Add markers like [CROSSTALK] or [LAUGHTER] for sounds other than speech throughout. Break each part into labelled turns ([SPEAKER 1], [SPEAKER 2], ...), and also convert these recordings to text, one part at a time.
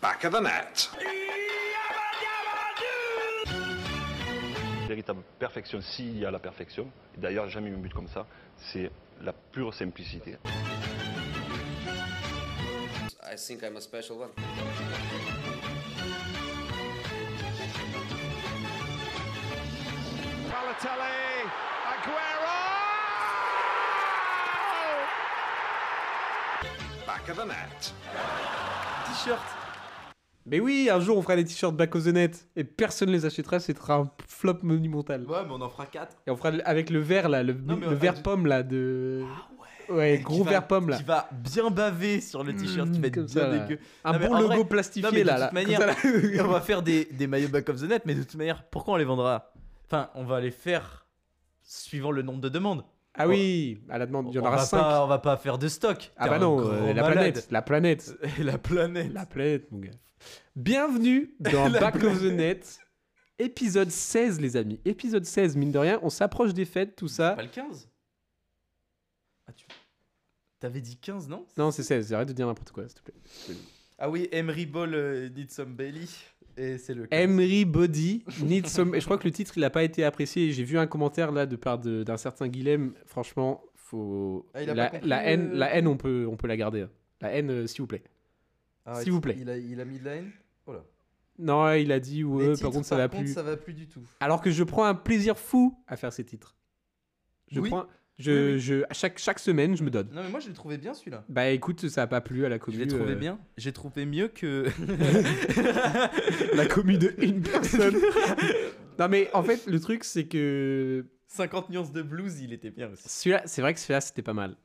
[SPEAKER 1] back of the net.
[SPEAKER 2] Véritable perfection, s'il y a la perfection, d'ailleurs j'ai jamais eu un but comme ça, c'est la pure simplicité.
[SPEAKER 3] I think I'm a special one.
[SPEAKER 4] Balotelli, Aguero!
[SPEAKER 1] Back of the net.
[SPEAKER 5] T-shirt. Mais oui, un jour on fera des t-shirts back of the net et personne les achètera, ce sera un flop monumental.
[SPEAKER 6] Ouais, mais on en fera 4.
[SPEAKER 5] Et on fera le- avec le verre là, le,
[SPEAKER 6] Non, mais on-
[SPEAKER 5] le
[SPEAKER 6] Ah
[SPEAKER 5] verre pomme là de. ouais. gros
[SPEAKER 6] Qui va-
[SPEAKER 5] verre pomme là.
[SPEAKER 6] Qui va bien baver sur le t-shirt, qui
[SPEAKER 5] Mmh,
[SPEAKER 6] va être
[SPEAKER 5] comme
[SPEAKER 6] bien
[SPEAKER 5] ça, là.
[SPEAKER 6] dégueu.
[SPEAKER 5] Un
[SPEAKER 6] Non, mais
[SPEAKER 5] bon
[SPEAKER 6] en
[SPEAKER 5] logo
[SPEAKER 6] vrai-
[SPEAKER 5] plastifié
[SPEAKER 6] non, mais de
[SPEAKER 5] là
[SPEAKER 6] toute
[SPEAKER 5] là. comme
[SPEAKER 6] manière,
[SPEAKER 5] ça, là.
[SPEAKER 6] Et [LAUGHS] on va faire des, des maillots back of the net, mais de toute manière, pourquoi on les vendra Enfin, on va les faire suivant le nombre de demandes.
[SPEAKER 5] Ah oui, à la demande, il y en
[SPEAKER 6] on
[SPEAKER 5] aura
[SPEAKER 6] va
[SPEAKER 5] 5.
[SPEAKER 6] Pas, on va pas faire de stock.
[SPEAKER 5] Ah
[SPEAKER 6] T'es
[SPEAKER 5] bah
[SPEAKER 6] un
[SPEAKER 5] non,
[SPEAKER 6] grand
[SPEAKER 5] euh, la
[SPEAKER 6] malade.
[SPEAKER 5] planète, la planète.
[SPEAKER 6] Et [LAUGHS] la planète.
[SPEAKER 5] La planète, mon gars. Bienvenue dans
[SPEAKER 6] [LAUGHS] La
[SPEAKER 5] Back of the Net, épisode 16, les amis. Épisode 16, mine de rien, on s'approche des fêtes, tout ça.
[SPEAKER 6] Pas le 15 Ah, tu. T'avais dit 15, non
[SPEAKER 5] Non, c'est 16, arrête de dire n'importe quoi, s'il te plaît.
[SPEAKER 6] Ah oui, Emery Ball euh, need some Bailey. Et c'est le 15.
[SPEAKER 5] Everybody needs some. Et je crois que le titre, il n'a pas été apprécié. J'ai vu un commentaire là de part de- d'un certain Guilhem. Franchement, faut.
[SPEAKER 6] Ah, il a
[SPEAKER 5] la,
[SPEAKER 6] pas compris,
[SPEAKER 5] la haine,
[SPEAKER 6] euh,
[SPEAKER 5] la haine, on peut, on peut la garder. hein. La haine, euh, s'il vous plaît.
[SPEAKER 6] Ah,
[SPEAKER 5] S'il vous plaît.
[SPEAKER 6] Il a, il a mis de la haine. Oh là.
[SPEAKER 5] Non, il a dit
[SPEAKER 6] Les
[SPEAKER 5] ouais,
[SPEAKER 6] titres,
[SPEAKER 5] par contre, ça va plus.
[SPEAKER 6] ça va plus du tout.
[SPEAKER 5] Alors que je prends un plaisir fou à faire ces titres. Je
[SPEAKER 6] Oui.
[SPEAKER 5] prends. Je,
[SPEAKER 6] Oui, oui.
[SPEAKER 5] je, à chaque, chaque semaine, je me donne.
[SPEAKER 6] Non, mais moi, je l'ai trouvé bien celui-là.
[SPEAKER 5] Bah écoute, ça a pas plu à la
[SPEAKER 6] Je
[SPEAKER 5] commu.
[SPEAKER 6] l'ai trouvé
[SPEAKER 5] euh,
[SPEAKER 6] bien. J'ai trouvé mieux
[SPEAKER 5] [LAUGHS]
[SPEAKER 6] que.
[SPEAKER 5] La commu de
[SPEAKER 6] [LAUGHS]
[SPEAKER 5] une personne. non mais en fait, le truc, c'est que
[SPEAKER 6] 50 nuances de blues, il était bien aussi.
[SPEAKER 5] celui-là, c'est vrai que celui-là, c'était pas mal.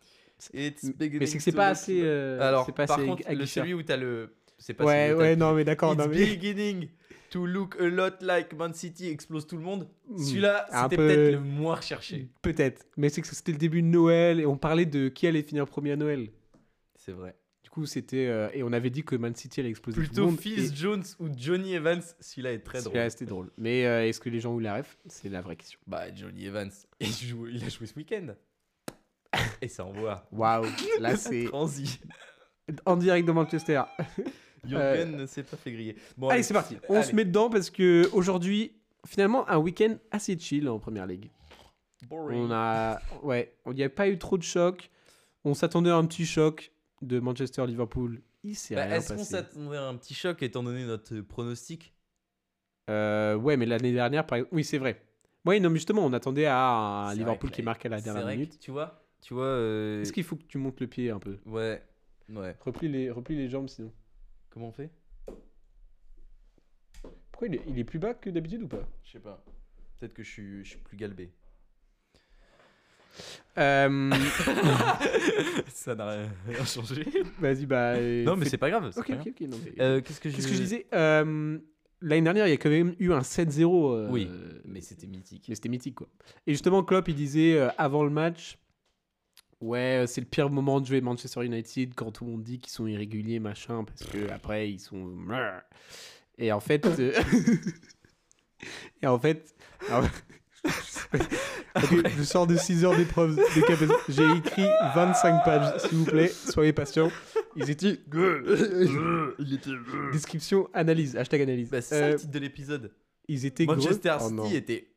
[SPEAKER 6] It's
[SPEAKER 5] Mais
[SPEAKER 6] beginning
[SPEAKER 5] c'est que c'est
[SPEAKER 6] to
[SPEAKER 5] pas
[SPEAKER 6] look-
[SPEAKER 5] assez. euh,
[SPEAKER 6] Alors,
[SPEAKER 5] c'est pas
[SPEAKER 6] par
[SPEAKER 5] assez
[SPEAKER 6] contre, le
[SPEAKER 5] aguicheur.
[SPEAKER 6] celui où t'as le. C'est pas
[SPEAKER 5] Ouais,
[SPEAKER 6] celui où
[SPEAKER 5] ouais, non mais d'accord,
[SPEAKER 6] t'as
[SPEAKER 5] non
[SPEAKER 6] le-
[SPEAKER 5] mais.
[SPEAKER 6] It's beginning to look a lot like Man City explose tout le monde.
[SPEAKER 5] Hmm.
[SPEAKER 6] Celui-là,
[SPEAKER 5] Un
[SPEAKER 6] c'était
[SPEAKER 5] peu-
[SPEAKER 6] peut-être le moins recherché.
[SPEAKER 5] Peut-être. Mais c'est que c'était le début de Noël et on parlait de qui allait finir premier à Noël.
[SPEAKER 6] C'est vrai.
[SPEAKER 5] Du coup, c'était euh, et on avait dit que Man City allait exploser tout le
[SPEAKER 6] Plutôt
[SPEAKER 5] monde.
[SPEAKER 6] Fizz
[SPEAKER 5] et-
[SPEAKER 6] Jones ou Johnny Evans, celui-là est très drôle.
[SPEAKER 5] Celui-là, c'était drôle. Mais euh, est-ce que les gens ont eu la ref C'est la vraie question.
[SPEAKER 6] Bah, Johnny Evans, [LAUGHS] il, joue- il a joué ce week-end. Et ça envoie. [LAUGHS]
[SPEAKER 5] Waouh, là c'est
[SPEAKER 6] Transi.
[SPEAKER 5] en direct de Manchester.
[SPEAKER 6] Jürgen ne s'est pas fait griller. Bon,
[SPEAKER 5] Euh, Allez, c'est parti. On
[SPEAKER 6] Allez.
[SPEAKER 5] se met dedans parce que aujourd'hui, finalement, un week-end assez chill en première ligue.
[SPEAKER 6] Boring.
[SPEAKER 5] On a, ouais, il n'y a pas eu trop de chocs. On s'attendait à un petit choc de Manchester-Liverpool. Il s'est
[SPEAKER 6] Bah,
[SPEAKER 5] rien
[SPEAKER 6] Est-ce qu'on
[SPEAKER 5] passé.
[SPEAKER 6] s'attendait à un petit choc étant donné notre euh, pronostic
[SPEAKER 5] Euh, ouais, mais l'année dernière, par exemple- oui, c'est vrai. Oui, non, mais justement, on attendait à un
[SPEAKER 6] C'est vrai
[SPEAKER 5] Liverpool
[SPEAKER 6] que
[SPEAKER 5] qui
[SPEAKER 6] là,
[SPEAKER 5] marque à la
[SPEAKER 6] c'est
[SPEAKER 5] dernière
[SPEAKER 6] vrai que,
[SPEAKER 5] minute.
[SPEAKER 6] tu vois, tu vois. euh,
[SPEAKER 5] Est-ce qu'il faut que tu montes le pied un peu
[SPEAKER 6] Ouais, ouais.
[SPEAKER 5] replie les, replie les jambes sinon.
[SPEAKER 6] Comment on fait
[SPEAKER 5] Pourquoi il est, il est plus bas que d'habitude ou pas
[SPEAKER 6] Je sais pas. Peut-être que je suis, je suis plus galbé. [LAUGHS]
[SPEAKER 5] Euh,
[SPEAKER 6] Ça n'a rien rien changé.
[SPEAKER 5] [LAUGHS] Vas-y, bah. euh,
[SPEAKER 6] non, mais
[SPEAKER 5] fais-
[SPEAKER 6] c'est pas grave. c'est
[SPEAKER 5] Ok,
[SPEAKER 6] pas
[SPEAKER 5] ok,
[SPEAKER 6] grave.
[SPEAKER 5] ok. non, mais-
[SPEAKER 6] Euh, Qu'est-ce que je.
[SPEAKER 5] Qu'est-ce que
[SPEAKER 6] [LAUGHS]
[SPEAKER 5] je disais Euh, L'année dernière, il y a quand même eu un 7-0. euh,
[SPEAKER 6] Oui, mais c'était mythique.
[SPEAKER 5] Mais c'était mythique, quoi. Et justement, Klopp, il disait euh, avant le match Ouais, euh, c'est le pire moment de jouer Manchester United quand tout le monde dit qu'ils sont irréguliers, machin, parce que après, ils sont. Et en fait. euh, [LAUGHS] Et en fait. alors- [LAUGHS] Ok, je sors de 6 heures d'épreuve de capacité. J'ai écrit 25 pages, s'il vous plaît, soyez patients. Ils étaient. [LAUGHS]
[SPEAKER 6] Hmm.
[SPEAKER 5] Description, analyse, hashtag analyse.
[SPEAKER 6] Bah, c'est ça
[SPEAKER 5] Euh,
[SPEAKER 6] le titre de l'épisode.
[SPEAKER 5] ils étaient gros-
[SPEAKER 6] Manchester
[SPEAKER 5] Oh, non. Euh,
[SPEAKER 6] City était.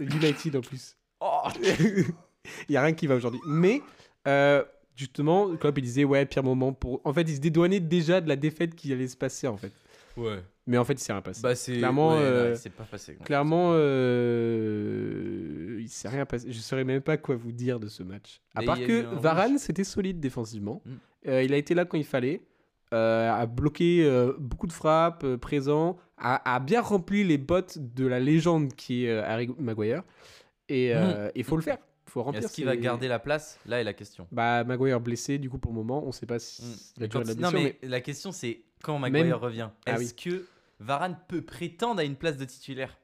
[SPEAKER 5] United en plus.
[SPEAKER 6] [LAUGHS] Oh,
[SPEAKER 5] [LAUGHS] Il y a rien qui va aujourd'hui. Mais euh, justement, Klopp il disait ouais pire moment pour. En fait, il se dédouanait déjà de la défaite qui allait se passer en fait.
[SPEAKER 6] Ouais.
[SPEAKER 5] Mais en fait, il s'est rien passé.
[SPEAKER 6] Bah, c'est.
[SPEAKER 5] Clairement,
[SPEAKER 6] ouais, non,
[SPEAKER 5] euh,
[SPEAKER 6] il s'est pas passé.
[SPEAKER 5] Clairement, euh, il s'est rien passé. Je saurais même pas quoi vous dire de ce match. À
[SPEAKER 6] Mais
[SPEAKER 5] part
[SPEAKER 6] il y a eu
[SPEAKER 5] que
[SPEAKER 6] un
[SPEAKER 5] Varane c'était solide défensivement.
[SPEAKER 6] Mm.
[SPEAKER 5] Euh, il a été là quand il fallait. euh, a bloqué euh, beaucoup de frappes, euh, présent, a, a bien rempli les bottes de la légende qui est euh, Harry Maguire. Et euh, il
[SPEAKER 6] Mm.
[SPEAKER 5] faut le faire. faut remplir
[SPEAKER 6] Est-ce qu'il va
[SPEAKER 5] ses-
[SPEAKER 6] garder la place Là est la question.
[SPEAKER 5] Bah, Maguire blessé, du coup, pour le moment, on sait pas si
[SPEAKER 6] Mm.
[SPEAKER 5] la
[SPEAKER 6] Quand-
[SPEAKER 5] durée de la
[SPEAKER 6] non,
[SPEAKER 5] blessure,
[SPEAKER 6] mais, la question c'est quand Maguire
[SPEAKER 5] Même-
[SPEAKER 6] revient,
[SPEAKER 5] Ah
[SPEAKER 6] est-ce que Varane peut prétendre à une place de titulaire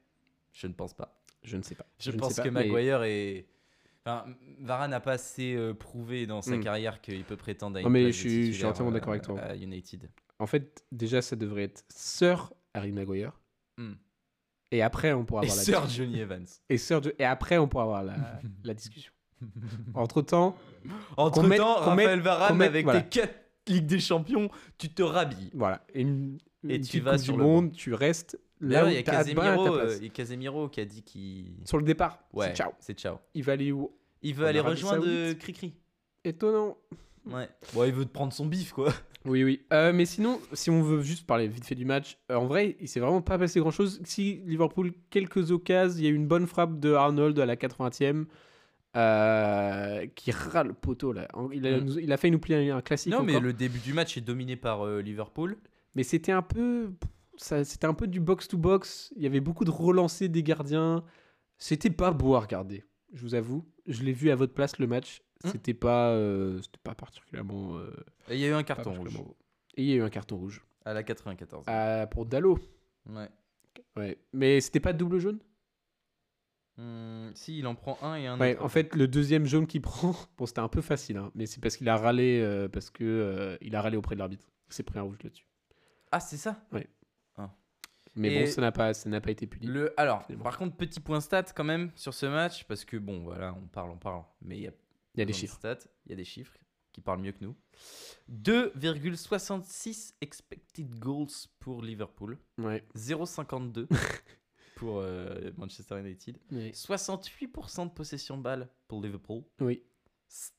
[SPEAKER 6] Je ne pense pas.
[SPEAKER 5] je ne sais pas.
[SPEAKER 6] Je,
[SPEAKER 5] ne
[SPEAKER 6] pense
[SPEAKER 5] sais pas,
[SPEAKER 6] que
[SPEAKER 5] mais-
[SPEAKER 6] Maguire est. Enfin, Varane n'a pas assez euh, prouvé dans sa
[SPEAKER 5] Mm.
[SPEAKER 6] carrière qu'il peut prétendre à une
[SPEAKER 5] Non, mais
[SPEAKER 6] place
[SPEAKER 5] je
[SPEAKER 6] de
[SPEAKER 5] suis- je suis
[SPEAKER 6] titulaire,
[SPEAKER 5] entièrement
[SPEAKER 6] euh,
[SPEAKER 5] d'accord avec toi.
[SPEAKER 6] À United.
[SPEAKER 5] En fait, déjà, ça devrait être Sir Harry Maguire.
[SPEAKER 6] Mm.
[SPEAKER 5] Et après, on pourra
[SPEAKER 6] Et
[SPEAKER 5] avoir la
[SPEAKER 6] Sir Johnny Evans.
[SPEAKER 5] Et, Sir Jo- Et après, on pourra
[SPEAKER 6] [LAUGHS]
[SPEAKER 5] avoir la, la discussion. Entre temps,
[SPEAKER 6] Entre
[SPEAKER 5] Qu'on mette-
[SPEAKER 6] temps,
[SPEAKER 5] qu'on mette-
[SPEAKER 6] Raphaël Varane,
[SPEAKER 5] qu'on mette-
[SPEAKER 6] avec
[SPEAKER 5] voilà.
[SPEAKER 6] tes 4 Ligues des Champions, tu te rhabilles.
[SPEAKER 5] voilà. Une, une
[SPEAKER 6] Et tu
[SPEAKER 5] petite
[SPEAKER 6] vas
[SPEAKER 5] Coupe
[SPEAKER 6] sur
[SPEAKER 5] du
[SPEAKER 6] le
[SPEAKER 5] monde, tu restes là
[SPEAKER 6] D'ailleurs, il y
[SPEAKER 5] où
[SPEAKER 6] a
[SPEAKER 5] t'as de bain à ta
[SPEAKER 6] Casemiro, euh,
[SPEAKER 5] place.
[SPEAKER 6] il y a Casemiro qui a dit qu'il.
[SPEAKER 5] Sur le départ, c'est
[SPEAKER 6] Ouais,
[SPEAKER 5] ciao.
[SPEAKER 6] c'est ciao.
[SPEAKER 5] Il va aller où
[SPEAKER 6] Il veut
[SPEAKER 5] En
[SPEAKER 6] aller
[SPEAKER 5] Arabie
[SPEAKER 6] rejoindre euh,
[SPEAKER 5] Saoudite.
[SPEAKER 6] Cricri.
[SPEAKER 5] Étonnant.
[SPEAKER 6] Ouais. Bon, il veut te prendre son bif, [LAUGHS] quoi.
[SPEAKER 5] Oui, oui. Euh, mais sinon, si on veut juste parler vite fait du match, euh, en vrai, il s'est vraiment pas passé grand chose. Si Liverpool, quelques occasions, il y a eu une bonne frappe de Arnold à la 80e euh, qui râle le poteau. Là. En- Il, a,
[SPEAKER 6] Mm.
[SPEAKER 5] nous- il a failli nous plier un, un classique.
[SPEAKER 6] Non, mais
[SPEAKER 5] encore.
[SPEAKER 6] le début du match est dominé par euh, Liverpool.
[SPEAKER 5] Mais c'était un peu. ça- C'était un peu du box-to-box. Il y avait beaucoup de relancés des gardiens. C'était pas beau à regarder, je vous avoue. Je l'ai vu à votre place le match.
[SPEAKER 6] Mm.
[SPEAKER 5] C'était pas, euh, c'était pas particulièrement. euh,
[SPEAKER 6] Et il y a eu un
[SPEAKER 5] pas
[SPEAKER 6] carton rouge
[SPEAKER 5] particulièrement beau. Et il y a eu un carton rouge.
[SPEAKER 6] à la 94.
[SPEAKER 5] Ah, pour Dallo.
[SPEAKER 6] Ouais.
[SPEAKER 5] Ouais. Mais c'était pas double jaune
[SPEAKER 6] Hmm, si, il en prend un et un
[SPEAKER 5] Ouais,
[SPEAKER 6] autre.
[SPEAKER 5] en fait, le deuxième jaune qu'il [LAUGHS] prend, bon, c'était un peu facile, hein, mais c'est parce qu'il a râlé, euh, parce que euh, il a râlé auprès de l'arbitre. Il s'est pris un rouge là-dessus.
[SPEAKER 6] Ah, c'est ça
[SPEAKER 5] Mais
[SPEAKER 6] Et
[SPEAKER 5] bon, ça n'a pas, ça n'a pas été puni.
[SPEAKER 6] Le, alors,
[SPEAKER 5] Finalement.
[SPEAKER 6] par contre, petit point stat quand même sur ce match, parce que bon, voilà, on parle, on parle, mais il y a,
[SPEAKER 5] Il y
[SPEAKER 6] besoin
[SPEAKER 5] a des
[SPEAKER 6] de
[SPEAKER 5] chiffres.
[SPEAKER 6] stats, il y a des chiffres qui parlent mieux que nous. 2,66 expected goals pour Liverpool,
[SPEAKER 5] Ouais. [LAUGHS]
[SPEAKER 6] 0,52 pour euh, Manchester United,
[SPEAKER 5] Oui.
[SPEAKER 6] 68% de possession balle pour Liverpool,
[SPEAKER 5] Oui.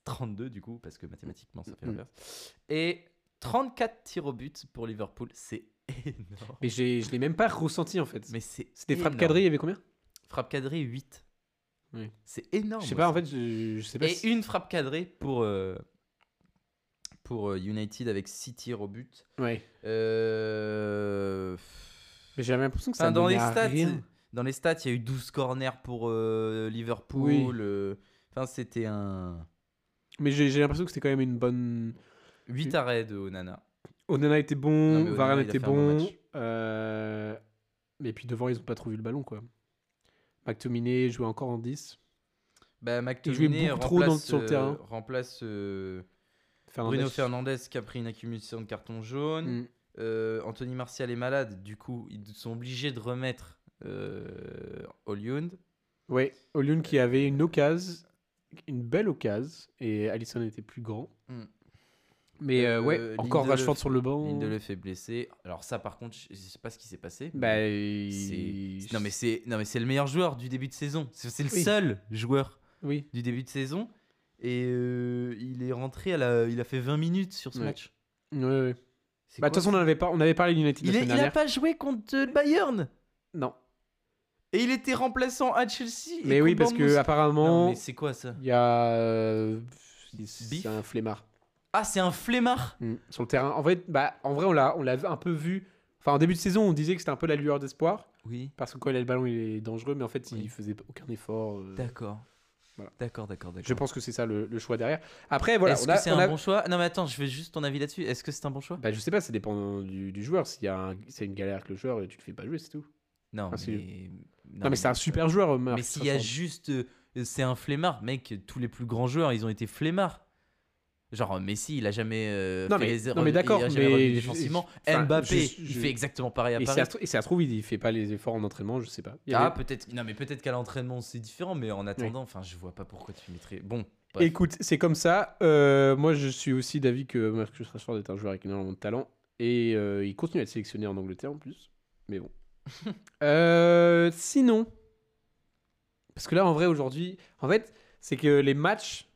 [SPEAKER 6] 32 du coup, parce que mathématiquement ça fait
[SPEAKER 5] Mhm.
[SPEAKER 6] l'inverse, et 34 tirs au but pour Liverpool, c'est énorme.
[SPEAKER 5] Mais j'ai- je l'ai même pas ressenti en fait.
[SPEAKER 6] Mais c'est
[SPEAKER 5] C'était frappe
[SPEAKER 6] énorme.
[SPEAKER 5] cadrée, il y avait combien
[SPEAKER 6] Frappe cadrée 8.
[SPEAKER 5] Oui.
[SPEAKER 6] C'est énorme.
[SPEAKER 5] Je sais pas, en
[SPEAKER 6] ça.
[SPEAKER 5] fait, bah, je, je sais pas.
[SPEAKER 6] Et
[SPEAKER 5] si-
[SPEAKER 6] une frappe cadrée pour, euh, pour euh, United avec 6 tirs au but.
[SPEAKER 5] Ouais.
[SPEAKER 6] Euh,
[SPEAKER 5] Mais j'avais l'impression que ça.
[SPEAKER 6] enfin, dans,
[SPEAKER 5] menait
[SPEAKER 6] les
[SPEAKER 5] à
[SPEAKER 6] stats, euh,
[SPEAKER 5] rien.
[SPEAKER 6] dans les stats, il y a eu 12 corners pour euh, Liverpool.
[SPEAKER 5] Oui.
[SPEAKER 6] euh, Enfin, c'était un.
[SPEAKER 5] Mais j'ai j'ai l'impression que c'était quand même une bonne.
[SPEAKER 6] 8 arrêts de Onana.
[SPEAKER 5] Onana était
[SPEAKER 6] Non,
[SPEAKER 5] bon,
[SPEAKER 6] mais Onana,
[SPEAKER 5] Varane
[SPEAKER 6] il a
[SPEAKER 5] était
[SPEAKER 6] fait un bon
[SPEAKER 5] bon.
[SPEAKER 6] match.
[SPEAKER 5] euh, Mais puis devant, ils ont pas trouvé le ballon quoi. McTominay jouait encore en 10.
[SPEAKER 6] Bah,
[SPEAKER 5] Il jouait
[SPEAKER 6] McTominay
[SPEAKER 5] beaucoup trop dans-
[SPEAKER 6] remplace,
[SPEAKER 5] sur le
[SPEAKER 6] euh,
[SPEAKER 5] terrain.
[SPEAKER 6] remplace euh,
[SPEAKER 5] Fernandes.
[SPEAKER 6] Bruno Fernandez qui a pris une accumulation de cartons jaunes.
[SPEAKER 5] Mm.
[SPEAKER 6] Euh, Anthony Martial est malade, du coup, ils sont obligés de remettre euh, Oliund.
[SPEAKER 5] Ouais, Oliun qui avait une occasion, une belle occasion, et Allison était plus grand.
[SPEAKER 6] Mm.
[SPEAKER 5] Mais
[SPEAKER 6] Euh,
[SPEAKER 5] euh, ouais,
[SPEAKER 6] euh,
[SPEAKER 5] encore
[SPEAKER 6] Lindelof-
[SPEAKER 5] Rashford sur le banc.
[SPEAKER 6] Lindelof est blessé. Alors, ça, par contre, je je sais pas ce qui s'est passé.
[SPEAKER 5] Bah,
[SPEAKER 6] mais
[SPEAKER 5] il-
[SPEAKER 6] c'est- Non, mais c'est non, mais c'est le meilleur joueur du début de saison. C'est c'est le
[SPEAKER 5] Oui.
[SPEAKER 6] seul joueur
[SPEAKER 5] Oui,
[SPEAKER 6] du début de saison. Et euh, il est rentré, à la... il a fait 20 minutes sur ce
[SPEAKER 5] Ouais.
[SPEAKER 6] match.
[SPEAKER 5] ouais, ouais.
[SPEAKER 6] C'est
[SPEAKER 5] Bah, de
[SPEAKER 6] quoi,
[SPEAKER 5] toute façon, on en avait, par- on avait parlé d'United la
[SPEAKER 6] il, est-
[SPEAKER 5] semaine
[SPEAKER 6] il a
[SPEAKER 5] dernière.
[SPEAKER 6] pas joué contre le Bayern.
[SPEAKER 5] Non,
[SPEAKER 6] Et il était remplaçant à Chelsea. et
[SPEAKER 5] mais oui,
[SPEAKER 6] contre
[SPEAKER 5] parce que
[SPEAKER 6] Bournemouth. Non,
[SPEAKER 5] apparemment,
[SPEAKER 6] mais c'est quoi ça
[SPEAKER 5] il y a. euh,
[SPEAKER 6] Beef
[SPEAKER 5] C'est un flemmard
[SPEAKER 6] Ah, c'est un flemmard
[SPEAKER 5] Mm. sur le terrain. En fait, bah, en vrai, on l'a on l'a un peu vu. Enfin, en début de saison, on disait que c'était un peu la lueur d'espoir.
[SPEAKER 6] Oui.
[SPEAKER 5] Parce que quand il a le ballon, il est dangereux, mais en fait,
[SPEAKER 6] Oui.
[SPEAKER 5] il faisait aucun effort. euh.
[SPEAKER 6] D'accord.
[SPEAKER 5] Voilà.
[SPEAKER 6] D'accord, d'accord, d'accord.
[SPEAKER 5] Je pense que c'est ça le, le choix derrière. Après, voilà,
[SPEAKER 6] Est-ce
[SPEAKER 5] on a-
[SPEAKER 6] que c'est
[SPEAKER 5] on
[SPEAKER 6] un
[SPEAKER 5] a-
[SPEAKER 6] bon choix Non, mais attends, je veux juste ton avis là-dessus. Est-ce que c'est un bon choix
[SPEAKER 5] Bah, je sais pas, ça dépend du, du joueur. S'il y a un- c'est une galère avec le joueur, tu le fais pas jouer, c'est tout.
[SPEAKER 6] Non,
[SPEAKER 5] Ah, c'est-
[SPEAKER 6] mais...
[SPEAKER 5] Non, mais c'est un super joueur, Marc.
[SPEAKER 6] Mais s'il y a juste. euh, c'est un flemmard, mec. Tous les plus grands joueurs, ils ont été flemmards. Genre euh, Messi, il a jamais. euh,
[SPEAKER 5] Non,
[SPEAKER 6] fait
[SPEAKER 5] mais-
[SPEAKER 6] les erreurs-
[SPEAKER 5] non, mais d'accord,
[SPEAKER 6] Il a jamais
[SPEAKER 5] mais
[SPEAKER 6] remis
[SPEAKER 5] je-
[SPEAKER 6] défensivement.
[SPEAKER 5] enfin,
[SPEAKER 6] Mbappé,
[SPEAKER 5] je-
[SPEAKER 6] il
[SPEAKER 5] je-
[SPEAKER 6] fait exactement pareil à
[SPEAKER 5] Et si
[SPEAKER 6] Paris.
[SPEAKER 5] ça se trou- et si ça se trouve, il il fait pas les efforts en entraînement, je sais pas. Il y
[SPEAKER 6] Ah,
[SPEAKER 5] avait-
[SPEAKER 6] peut-être. Non, mais peut-être qu'à l'entraînement, c'est différent. Mais en attendant, enfin, je vois pas pourquoi tu mettrais. Bon. bref.
[SPEAKER 5] Écoute, c'est comme ça. Euh, moi, je suis aussi d'avis que Marcus Rashford est un joueur avec énormément de talent. Et euh, il continue à être sélectionné en Angleterre en plus. Mais bon. Euh, sinon. Parce que là, en vrai, aujourd'hui. En fait, c'est que les matchs.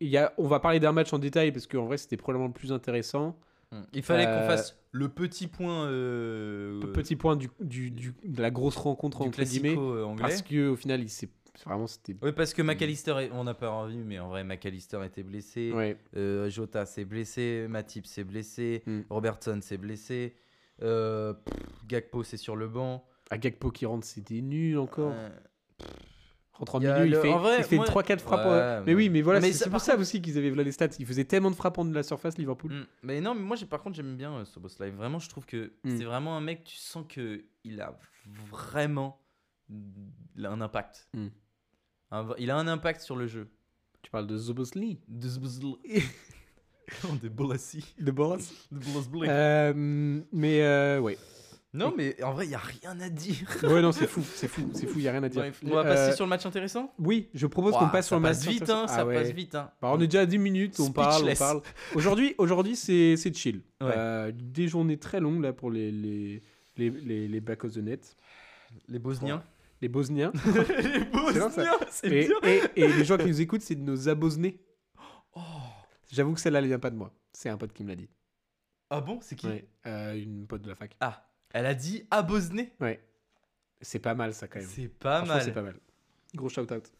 [SPEAKER 5] Il y a, on va parler d'un match en détail parce qu'en vrai, c'était probablement le plus intéressant.
[SPEAKER 6] Hmm. Il fallait qu'on
[SPEAKER 5] Euh,
[SPEAKER 6] fasse le petit point. euh,
[SPEAKER 5] Pe- Petit point du, du- du- de la grosse rencontre
[SPEAKER 6] du
[SPEAKER 5] entre guillemets.
[SPEAKER 6] classico euh, anglais.
[SPEAKER 5] Parce que Mm. au final, il s'est vraiment c'était.
[SPEAKER 6] Oui, parce que McAllister, est- on n'a pas revu, mais en vrai, McAllister était blessé.
[SPEAKER 5] Ouais.
[SPEAKER 6] Euh, Jota s'est blessé. Matip s'est blessé.
[SPEAKER 5] Mm.
[SPEAKER 6] Robertson s'est blessé. Euh, pff, Gakpo, c'est sur le banc.
[SPEAKER 5] Agakpo qui rentre, c'était nul encore.
[SPEAKER 6] Euh,
[SPEAKER 5] Rentre en
[SPEAKER 6] il y a
[SPEAKER 5] milieu, il
[SPEAKER 6] le-
[SPEAKER 5] fait,
[SPEAKER 6] en vrai,
[SPEAKER 5] il fait
[SPEAKER 6] moi-
[SPEAKER 5] 3-4 frappes.
[SPEAKER 6] Ouais,
[SPEAKER 5] euh, Mais
[SPEAKER 6] ouais.
[SPEAKER 5] oui, mais voilà,
[SPEAKER 6] Mais
[SPEAKER 5] c'est
[SPEAKER 6] ça,
[SPEAKER 5] c'est pour
[SPEAKER 6] par
[SPEAKER 5] ça aussi qu'ils avaient voilà, les stats. Ils faisaient tellement de frappes en de la surface, Liverpool.
[SPEAKER 6] mm. Mais non, mais moi, j'ai- par contre, j'aime bien euh, Soboslai. Vraiment, je trouve que
[SPEAKER 5] Mm.
[SPEAKER 6] c'est vraiment un mec, tu sens que il a vraiment un impact.
[SPEAKER 5] Mm.
[SPEAKER 6] Un v- il a un impact sur le jeu.
[SPEAKER 5] Tu parles de Zobosli
[SPEAKER 6] De
[SPEAKER 5] [LAUGHS]
[SPEAKER 6] [LAUGHS] De Bolassi.
[SPEAKER 5] De Boras
[SPEAKER 6] De Bolasblé. [LAUGHS]
[SPEAKER 5] Mais euh, ouais.
[SPEAKER 6] Non, mais en vrai, il y a rien à dire.
[SPEAKER 5] Ouais, non, c'est fou, c'est fou, c'est fou, il n'y a rien à dire.
[SPEAKER 6] On va passer
[SPEAKER 5] Euh,
[SPEAKER 6] sur le match intéressant
[SPEAKER 5] Oui, je propose
[SPEAKER 6] Ouah,
[SPEAKER 5] qu'on passe sur le
[SPEAKER 6] ça
[SPEAKER 5] match.
[SPEAKER 6] passe vite, hein,
[SPEAKER 5] Ah
[SPEAKER 6] ça
[SPEAKER 5] ouais.
[SPEAKER 6] passe vite. Hein.
[SPEAKER 5] Bah, on est déjà à 10 minutes, on parle, on
[SPEAKER 6] Speechless.
[SPEAKER 5] parle. Aujourd'hui, aujourd'hui c'est c'est chill.
[SPEAKER 6] Ouais.
[SPEAKER 5] Euh, des journées très longues là pour les, les, les, les, les back of the net,
[SPEAKER 6] Les Bosniens.
[SPEAKER 5] les Bosniens.
[SPEAKER 6] [LAUGHS] les
[SPEAKER 5] bien, ça.
[SPEAKER 6] Bosniens, c'est
[SPEAKER 5] Et,
[SPEAKER 6] bien.
[SPEAKER 5] et, et les gens qui nous écoutent, c'est de nos abosnés. Oh. J'avoue que celle-là, elle vient pas de moi. C'est un pote qui me l'a dit.
[SPEAKER 6] Ah bon, c'est qui
[SPEAKER 5] Ouais, euh, une pote de la fac.
[SPEAKER 6] Ah, elle a dit à Bosnie.
[SPEAKER 5] Ouais. C'est pas mal ça quand même.
[SPEAKER 6] C'est pas
[SPEAKER 5] Franchement,
[SPEAKER 6] mal.
[SPEAKER 5] c'est pas mal. Gros shout out.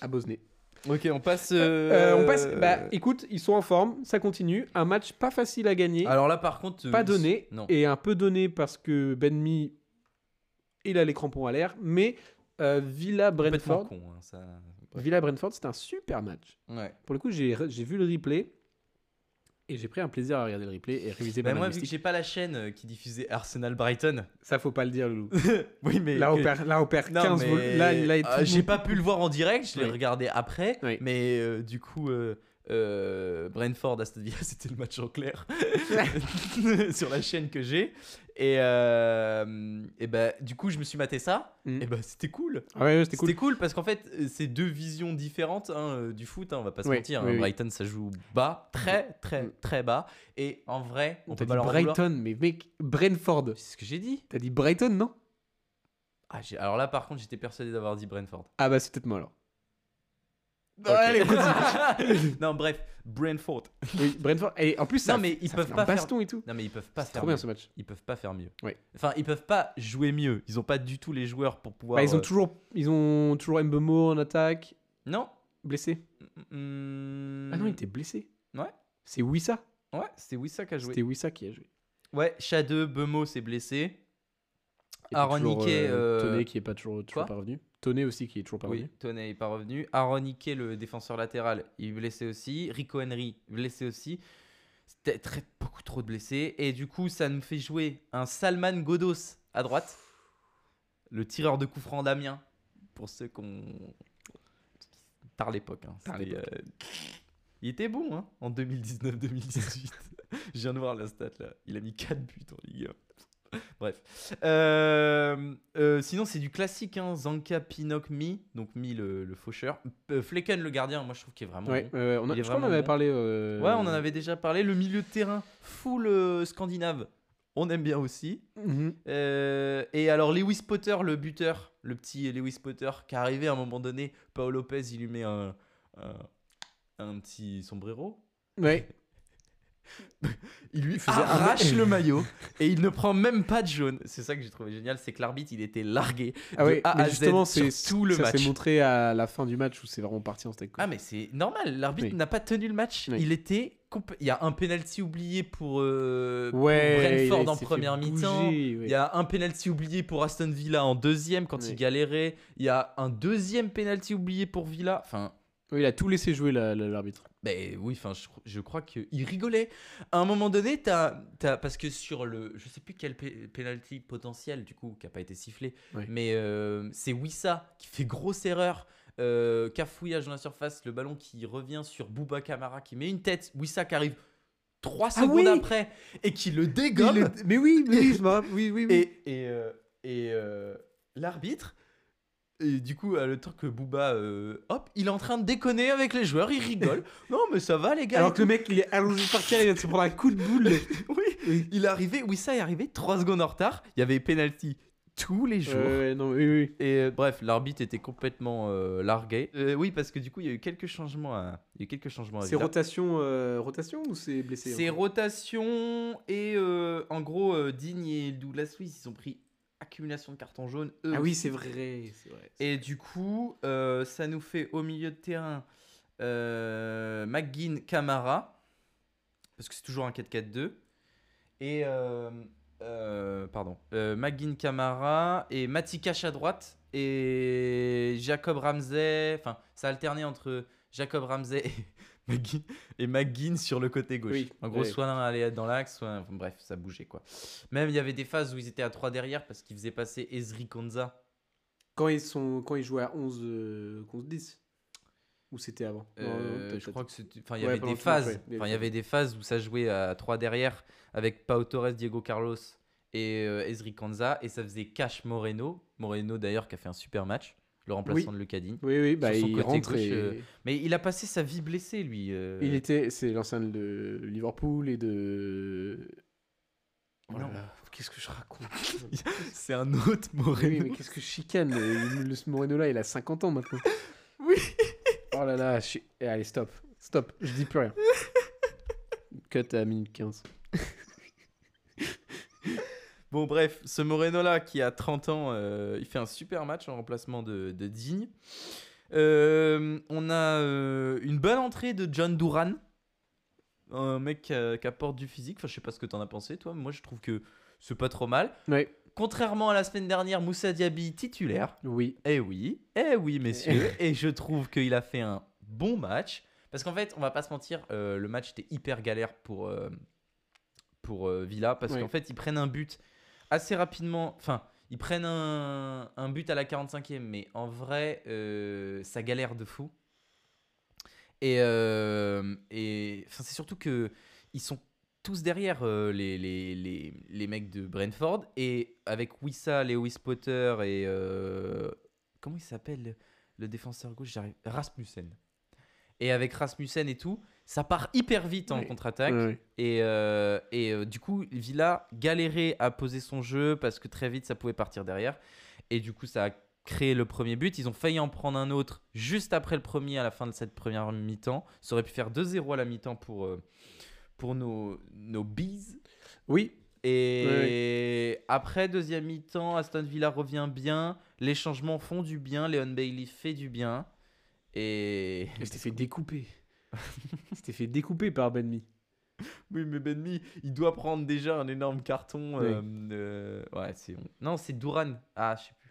[SPEAKER 5] Abosné.
[SPEAKER 6] Ok, on passe.
[SPEAKER 5] Euh, on passe. Bah, écoute, ils sont en forme, ça continue. Un match pas facile à gagner,
[SPEAKER 6] Alors là, par contre. euh,
[SPEAKER 5] pas donné,
[SPEAKER 6] Non.
[SPEAKER 5] et un peu donné parce que Benmi, il a les crampons à l'air, mais euh, Villa
[SPEAKER 6] Complètement
[SPEAKER 5] Brentford,
[SPEAKER 6] con, hein, ça.
[SPEAKER 5] Villa Brentford, c'était un super match.
[SPEAKER 6] Ouais.
[SPEAKER 5] Pour le coup, j'ai j'ai vu le replay et j'ai pris un plaisir à regarder le replay et réviser
[SPEAKER 6] Bah,
[SPEAKER 5] ma
[SPEAKER 6] moi, vu que
[SPEAKER 5] linguistique.
[SPEAKER 6] j'ai pas la chaîne euh, qui diffusait Arsenal Brighton.
[SPEAKER 5] Ça faut pas le dire, [LAUGHS] Loulou.
[SPEAKER 6] oui, mais.
[SPEAKER 5] Là, on
[SPEAKER 6] que-
[SPEAKER 5] perd, là, on perd
[SPEAKER 6] Non,
[SPEAKER 5] 15
[SPEAKER 6] mais,
[SPEAKER 5] vol- Là, là,
[SPEAKER 6] euh,
[SPEAKER 5] tout le
[SPEAKER 6] j'ai
[SPEAKER 5] monde-
[SPEAKER 6] pas pu le voir en direct, je l'ai
[SPEAKER 5] Oui.
[SPEAKER 6] regardé après.
[SPEAKER 5] Oui.
[SPEAKER 6] Mais euh, du coup, euh, euh, Brentford Aston Villa, [LAUGHS] c'était le match en
[SPEAKER 5] [LAUGHS]
[SPEAKER 6] clair sur la chaîne que j'ai. Et, euh, et bah, du coup, je me suis maté ça.
[SPEAKER 5] Mm.
[SPEAKER 6] Et bah, c'était cool.
[SPEAKER 5] Ah ouais, ouais, c'était
[SPEAKER 6] C'était
[SPEAKER 5] cool.
[SPEAKER 6] cool. parce qu'en fait, euh, c'est deux visions différentes hein, euh, du foot. hein, on va pas se
[SPEAKER 5] Oui,
[SPEAKER 6] mentir.
[SPEAKER 5] oui,
[SPEAKER 6] hein,
[SPEAKER 5] oui.
[SPEAKER 6] Brighton, ça joue bas, très, très,
[SPEAKER 5] Mm.
[SPEAKER 6] très bas. Et en vrai, on
[SPEAKER 5] T'as
[SPEAKER 6] peut
[SPEAKER 5] dit
[SPEAKER 6] pas leur en vouloir.
[SPEAKER 5] Brighton, mais mec, Brentford.
[SPEAKER 6] C'est ce que j'ai dit.
[SPEAKER 5] T'as dit Brighton, non
[SPEAKER 6] Ah, j'ai- alors là, par contre, j'étais persuadé d'avoir dit Brentford.
[SPEAKER 5] Ah bah c'est peut-être moi alors.
[SPEAKER 6] Non, allez, continue. [LAUGHS] non, bref, Brentford.
[SPEAKER 5] Oui, Brentford. Et en plus, ça,
[SPEAKER 6] Non, mais ils
[SPEAKER 5] ça
[SPEAKER 6] peuvent
[SPEAKER 5] fait
[SPEAKER 6] pas
[SPEAKER 5] un baston et tout.
[SPEAKER 6] Non, mais ils peuvent pas
[SPEAKER 5] C'est
[SPEAKER 6] faire
[SPEAKER 5] trop bien
[SPEAKER 6] mieux.
[SPEAKER 5] ce match.
[SPEAKER 6] Ils peuvent pas faire mieux.
[SPEAKER 5] Ouais.
[SPEAKER 6] Enfin, ils peuvent pas jouer mieux. Ils ont pas du tout les joueurs pour pouvoir.
[SPEAKER 5] Bah, ils ont
[SPEAKER 6] euh,
[SPEAKER 5] toujours, ils ont toujours Mbemo en attaque,
[SPEAKER 6] Non.
[SPEAKER 5] blessé.
[SPEAKER 6] Mm,
[SPEAKER 5] Ah non, il était blessé.
[SPEAKER 6] Ouais.
[SPEAKER 5] C'est Wissa.
[SPEAKER 6] Ouais, c'est Wissa qui a joué.
[SPEAKER 5] C'était Wissa qui a joué.
[SPEAKER 6] Ouais, Shadeux, Bemo s'est blessé.
[SPEAKER 5] Et puis
[SPEAKER 6] Aaron
[SPEAKER 5] toujours,
[SPEAKER 6] Ike, euh,
[SPEAKER 5] Toney qui est pas toujours, toujours
[SPEAKER 6] quoi
[SPEAKER 5] pas revenu. Toney aussi qui est toujours pas
[SPEAKER 6] Oui,
[SPEAKER 5] revenu.
[SPEAKER 6] Toney est pas revenu. Aaron Ike, le défenseur latéral, il est blessé aussi. Rico Henry, blessé aussi. C'était très, beaucoup trop de blessés. Et du coup, ça nous fait jouer un Salman Godos à droite. Le tireur de coup franc d'Amiens. Pour ceux qu'on. Par l'époque. hein.
[SPEAKER 5] Par
[SPEAKER 6] C'était, euh, Il était bon hein, en 2019-2018. [LAUGHS] Je viens de voir la stat là. Il a mis 4 buts en Ligue 1. Bref. Euh, euh, sinon, c'est du classique. Hein. Zanka, Pinnock, Mi. Donc Mi le, le faucheur. Euh, Flecken le gardien, moi je trouve qu'il est vraiment
[SPEAKER 5] Ouais,
[SPEAKER 6] bon.
[SPEAKER 5] ouais, ouais, on a-
[SPEAKER 6] Il est
[SPEAKER 5] je crois qu'on en
[SPEAKER 6] vraiment
[SPEAKER 5] avait
[SPEAKER 6] bon.
[SPEAKER 5] parlé. euh,
[SPEAKER 6] Ouais, on en avait déjà parlé. Le milieu de terrain, full euh, scandinave, on aime bien aussi.
[SPEAKER 5] Mhm.
[SPEAKER 6] Euh, et alors, Lewis Potter, le buteur, le petit Lewis Potter, qui est arrivé à un moment donné, Paolo Lopez, il lui met un, un, un petit sombrero.
[SPEAKER 5] Ouais.
[SPEAKER 6] Il lui
[SPEAKER 5] faisait
[SPEAKER 6] arrache
[SPEAKER 5] un-
[SPEAKER 6] le maillot et il ne prend même pas de jaune. C'est ça que j'ai trouvé génial, c'est que l'arbitre, il était largué.
[SPEAKER 5] Ah
[SPEAKER 6] de
[SPEAKER 5] ouais,
[SPEAKER 6] A
[SPEAKER 5] mais
[SPEAKER 6] à Z
[SPEAKER 5] justement,
[SPEAKER 6] sur
[SPEAKER 5] c'est
[SPEAKER 6] tout le
[SPEAKER 5] ça
[SPEAKER 6] match.
[SPEAKER 5] s'est montré à la fin du match où c'est vraiment parti en steak. quoi.
[SPEAKER 6] Ah mais c'est normal, l'arbitre
[SPEAKER 5] Oui.
[SPEAKER 6] n'a pas tenu le match.
[SPEAKER 5] Oui.
[SPEAKER 6] Il était compl- il y a un penalty oublié pour, euh, pour
[SPEAKER 5] ouais, il a- il
[SPEAKER 6] Brentford en
[SPEAKER 5] s'est fait
[SPEAKER 6] première mi-temps.
[SPEAKER 5] bouger, ouais.
[SPEAKER 6] Il y a un penalty oublié pour Aston Villa en deuxième quand
[SPEAKER 5] Oui.
[SPEAKER 6] il galérait. Il y a un deuxième penalty oublié pour Villa. Enfin,
[SPEAKER 5] Oui, il a tout laissé jouer la- la- l'arbitre.
[SPEAKER 6] ben oui, enfin, je, je crois qu'il rigolait. À un moment donné, t'as, t'as- parce que sur le. Je sais plus quel pe- penalty potentiel, du coup, qui n'a pas été sifflé,
[SPEAKER 5] Oui.
[SPEAKER 6] mais euh, c'est Wissa qui fait grosse erreur. Euh, cafouillage dans la surface, le ballon qui revient sur Bouba Kamara qui met une tête. Wissa qui arrive 3
[SPEAKER 5] Ah
[SPEAKER 6] secondes
[SPEAKER 5] oui
[SPEAKER 6] après et qui le dégomme.
[SPEAKER 5] Il est- Mais oui, mais oui, je me rappelle, oui, oui, oui.
[SPEAKER 6] Et, et, euh, et euh, l'arbitre, et du coup, euh, le temps que Booba, euh, hop, il est en train de déconner avec les joueurs, il
[SPEAKER 5] [LAUGHS]
[SPEAKER 6] rigole. non, mais ça va, les gars.
[SPEAKER 5] Alors que le mec, il est allongé par terre, il vient de se prendre un coup de boule.
[SPEAKER 6] Oui,
[SPEAKER 5] Oui.
[SPEAKER 6] il est arrivé, oui, ça est arrivé 3 secondes en retard. Il y avait penalty tous les jours.
[SPEAKER 5] Euh, non, oui, oui.
[SPEAKER 6] Et euh, bref, l'arbitre était complètement euh, largué. Euh, oui, parce que du coup, il y a eu quelques changements à, il y a eu quelques changements à
[SPEAKER 5] C'est
[SPEAKER 6] Villa.
[SPEAKER 5] rotation, euh, rotation ou c'est blessé
[SPEAKER 6] Oh, C'est
[SPEAKER 5] encore
[SPEAKER 6] rotation et euh, en gros, euh, Digne et Douglas Luiz, ils ont pris accumulation de cartons jaunes. eux
[SPEAKER 5] Ah oui,
[SPEAKER 6] aussi.
[SPEAKER 5] c'est vrai, c'est vrai.
[SPEAKER 6] Et du coup, euh, ça nous fait au milieu de terrain euh, McGinn, Camara, parce que c'est toujours un 4-4-2. Et. euh, euh, pardon. Euh, McGinn, Camara et Mati Cash à droite. Et Jacob Ramsey. Enfin, ça alternait entre Jacob Ramsey et [LAUGHS] McGinn, et McGinn sur le côté gauche.
[SPEAKER 5] Oui,
[SPEAKER 6] en gros,
[SPEAKER 5] oui.
[SPEAKER 6] soit l'un allait dans l'axe, soit. enfin, bref, ça bougeait quoi. Même il y avait des phases où ils étaient à 3 derrière parce qu'ils faisaient passer Ezri Konza.
[SPEAKER 5] Quand ils, sont, quand ils jouaient à 11 euh, contre 10 Ou c'était avant Non, non,
[SPEAKER 6] Euh,
[SPEAKER 5] peut-être,
[SPEAKER 6] je crois que c'était. Enfin, il y
[SPEAKER 5] Ouais,
[SPEAKER 6] avait
[SPEAKER 5] pendant
[SPEAKER 6] des
[SPEAKER 5] tout le match,
[SPEAKER 6] phases.
[SPEAKER 5] ouais, il y avait
[SPEAKER 6] Enfin, il y
[SPEAKER 5] des
[SPEAKER 6] avait des phases où ça jouait à 3 derrière avec Pau Torres, Diego Carlos et euh, Ezri Kanza. Et ça faisait Cash Moreno. Moreno, d'ailleurs, qui a fait un super match. Le remplaçant de Lucadine.
[SPEAKER 5] Oui, oui, bah,
[SPEAKER 6] Sur son
[SPEAKER 5] il
[SPEAKER 6] côté
[SPEAKER 5] rentre
[SPEAKER 6] gauche,
[SPEAKER 5] et-
[SPEAKER 6] euh, Mais il a passé sa vie blessé, lui. euh,
[SPEAKER 5] Il était, c'est l'ancien de Liverpool
[SPEAKER 6] [LAUGHS]
[SPEAKER 5] et de. Oh là
[SPEAKER 6] Non.
[SPEAKER 5] là, Qu'est-ce que je raconte
[SPEAKER 6] [LAUGHS] C'est un autre Moreno.
[SPEAKER 5] Oui, mais qu'est-ce que je chicane Le le- ce Moreno-là, il a 50 ans maintenant.
[SPEAKER 6] [LAUGHS] Oui.
[SPEAKER 5] Oh là là, je suis- eh, allez, stop. Stop, je dis plus rien. Cut à minute 15.
[SPEAKER 6] Bon, bref, ce Moreno-là qui a 30 ans, euh, il fait un super match en remplacement de, de Digne. Euh, on a euh, une bonne entrée de John Duran, un mec qui a- qui apporte du physique. Enfin, je sais pas ce que t'en as pensé, toi, mais moi je trouve que c'est pas trop mal.
[SPEAKER 5] Oui,
[SPEAKER 6] Contrairement à la semaine dernière, Moussa Diaby titulaire.
[SPEAKER 5] oui.
[SPEAKER 6] Eh oui, eh oui, messieurs. Et je trouve qu'il a fait un bon match. Parce qu'en fait, on va pas se mentir, euh, le match était hyper galère pour, euh, pour euh, Villa. Parce
[SPEAKER 5] Ouais.
[SPEAKER 6] qu'en fait, ils prennent un but assez rapidement. Enfin, ils prennent un, un but à la 45e. Mais en vrai, euh, ça galère de fou. Et, euh, et enfin, c'est surtout que ils sont tous derrière euh, les, les, les, les mecs de Brentford. Et avec Wissa, Lewis Potter et. euh, comment il s'appelle le- le défenseur gauche j'arrive- Rasmussen. Et avec Rasmussen et tout, ça part hyper vite en
[SPEAKER 5] Oui.
[SPEAKER 6] contre-attaque.
[SPEAKER 5] Ouais, ouais.
[SPEAKER 6] Et, euh, et euh, du coup, Villa galérait à poser son jeu parce que très vite, ça pouvait partir derrière. Et du coup, ça a créé le premier but. Ils ont failli en prendre un autre juste après le premier à la fin de cette première mi-temps. Ça aurait pu faire 2-0 à la mi-temps pour, euh, pour nos, nos bees.
[SPEAKER 5] Oui,
[SPEAKER 6] Et après, deuxième mi-temps, Aston Villa revient bien. Les changements font du bien. Leon Bailey fait du bien. Et.
[SPEAKER 5] il s'était
[SPEAKER 6] [LAUGHS]
[SPEAKER 5] fait découper. Il s'était fait découper par
[SPEAKER 6] Ben
[SPEAKER 5] Benmi.
[SPEAKER 6] Oui, mais Benmi, il doit prendre déjà un énorme carton. euh, euh, ouais, c'est bon. Non, c'est Duran. Ah, je sais plus.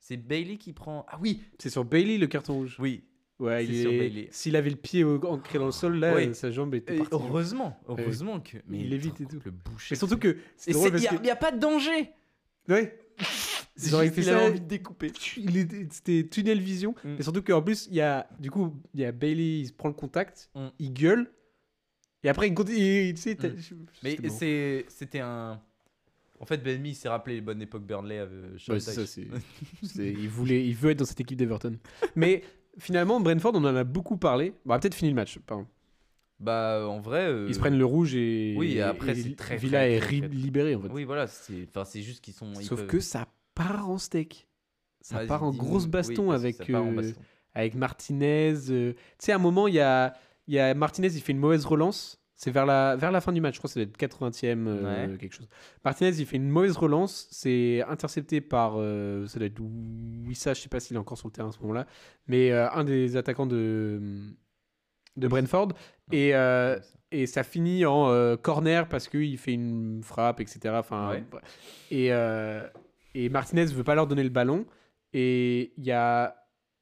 [SPEAKER 6] C'est Bailey qui prend. Ah oui,
[SPEAKER 5] C'est sur Bailey le carton rouge.
[SPEAKER 6] oui.
[SPEAKER 5] Ouais,
[SPEAKER 6] c'est
[SPEAKER 5] il
[SPEAKER 6] sur
[SPEAKER 5] est-
[SPEAKER 6] Bailey.
[SPEAKER 5] S'il avait le pied au- ancré dans le sol, là,
[SPEAKER 6] Oui.
[SPEAKER 5] euh, sa jambe était
[SPEAKER 6] Et
[SPEAKER 5] partie.
[SPEAKER 6] heureusement, heureusement que. Mais
[SPEAKER 5] Il évite et
[SPEAKER 6] putain,
[SPEAKER 5] tout.
[SPEAKER 6] Le boucher.
[SPEAKER 5] Et surtout que. c'est
[SPEAKER 6] Et
[SPEAKER 5] drôle
[SPEAKER 6] c'est- Il
[SPEAKER 5] parce
[SPEAKER 6] n'y a,
[SPEAKER 5] que-
[SPEAKER 6] il y a pas de danger. [LAUGHS]
[SPEAKER 5] Ouais.
[SPEAKER 6] C'est
[SPEAKER 5] J'aurais
[SPEAKER 6] juste
[SPEAKER 5] fait
[SPEAKER 6] qu'il avait
[SPEAKER 5] ça-
[SPEAKER 6] envie de découper.
[SPEAKER 5] Il était- C'était tunnel vision.
[SPEAKER 6] Mm.
[SPEAKER 5] Et surtout qu'en plus, il y a, du coup, il y a Bailey, il se prend le contact,
[SPEAKER 6] Mm.
[SPEAKER 5] il gueule. Et après, il continue. il- Tu sais, t'as-
[SPEAKER 6] Mm.
[SPEAKER 5] je-
[SPEAKER 6] Mais
[SPEAKER 5] c'était marrant.
[SPEAKER 6] c'est- c'était un. En fait, Benmi, il s'est rappelé les bonnes époques Burnley. avec Sean
[SPEAKER 5] Ouais, c'est ça,
[SPEAKER 6] Dyche. [LAUGHS]
[SPEAKER 5] c'est- c'est- il, voulait, il veut être dans cette équipe d'Everton. Mais finalement, Brentford, on en a beaucoup parlé. Bon, on a peut-être fini le match. pardon.
[SPEAKER 6] Bah, en vrai. euh,
[SPEAKER 5] Ils se prennent le rouge et.
[SPEAKER 6] oui, et après,
[SPEAKER 5] et
[SPEAKER 6] c'est très,
[SPEAKER 5] Villa
[SPEAKER 6] très,
[SPEAKER 5] est
[SPEAKER 6] très,
[SPEAKER 5] ri-
[SPEAKER 6] très-
[SPEAKER 5] libéré, en fait.
[SPEAKER 6] Oui, voilà. C'est enfin, c'est juste qu'ils sont. ils
[SPEAKER 5] Sauf
[SPEAKER 6] peuvent-
[SPEAKER 5] que ça part en steak. Ça
[SPEAKER 6] Vas-y,
[SPEAKER 5] part en
[SPEAKER 6] dis-nous.
[SPEAKER 5] grosse
[SPEAKER 6] Oui,
[SPEAKER 5] baston
[SPEAKER 6] parce que
[SPEAKER 5] avec.
[SPEAKER 6] ça part en
[SPEAKER 5] euh,
[SPEAKER 6] baston.
[SPEAKER 5] avec Martinez. euh, Tu sais, à un moment, il y a, il y a Martinez, il fait une mauvaise relance. C'est vers la, vers la fin du match, je crois que ça doit être 80e, euh,
[SPEAKER 6] Ouais.
[SPEAKER 5] quelque chose. Martinez, il fait une mauvaise relance. C'est intercepté par. euh, ça doit être Wissa, je sais pas s'il est encore sur le terrain à ce moment-là. Mais euh, un des attaquants de, de Brentford. Et, euh, et ça finit en euh, corner parce qu'il fait une frappe, etc. Enfin,
[SPEAKER 6] Ouais.
[SPEAKER 5] bref. et, euh, et Martinez veut pas leur donner le ballon. Et il y a,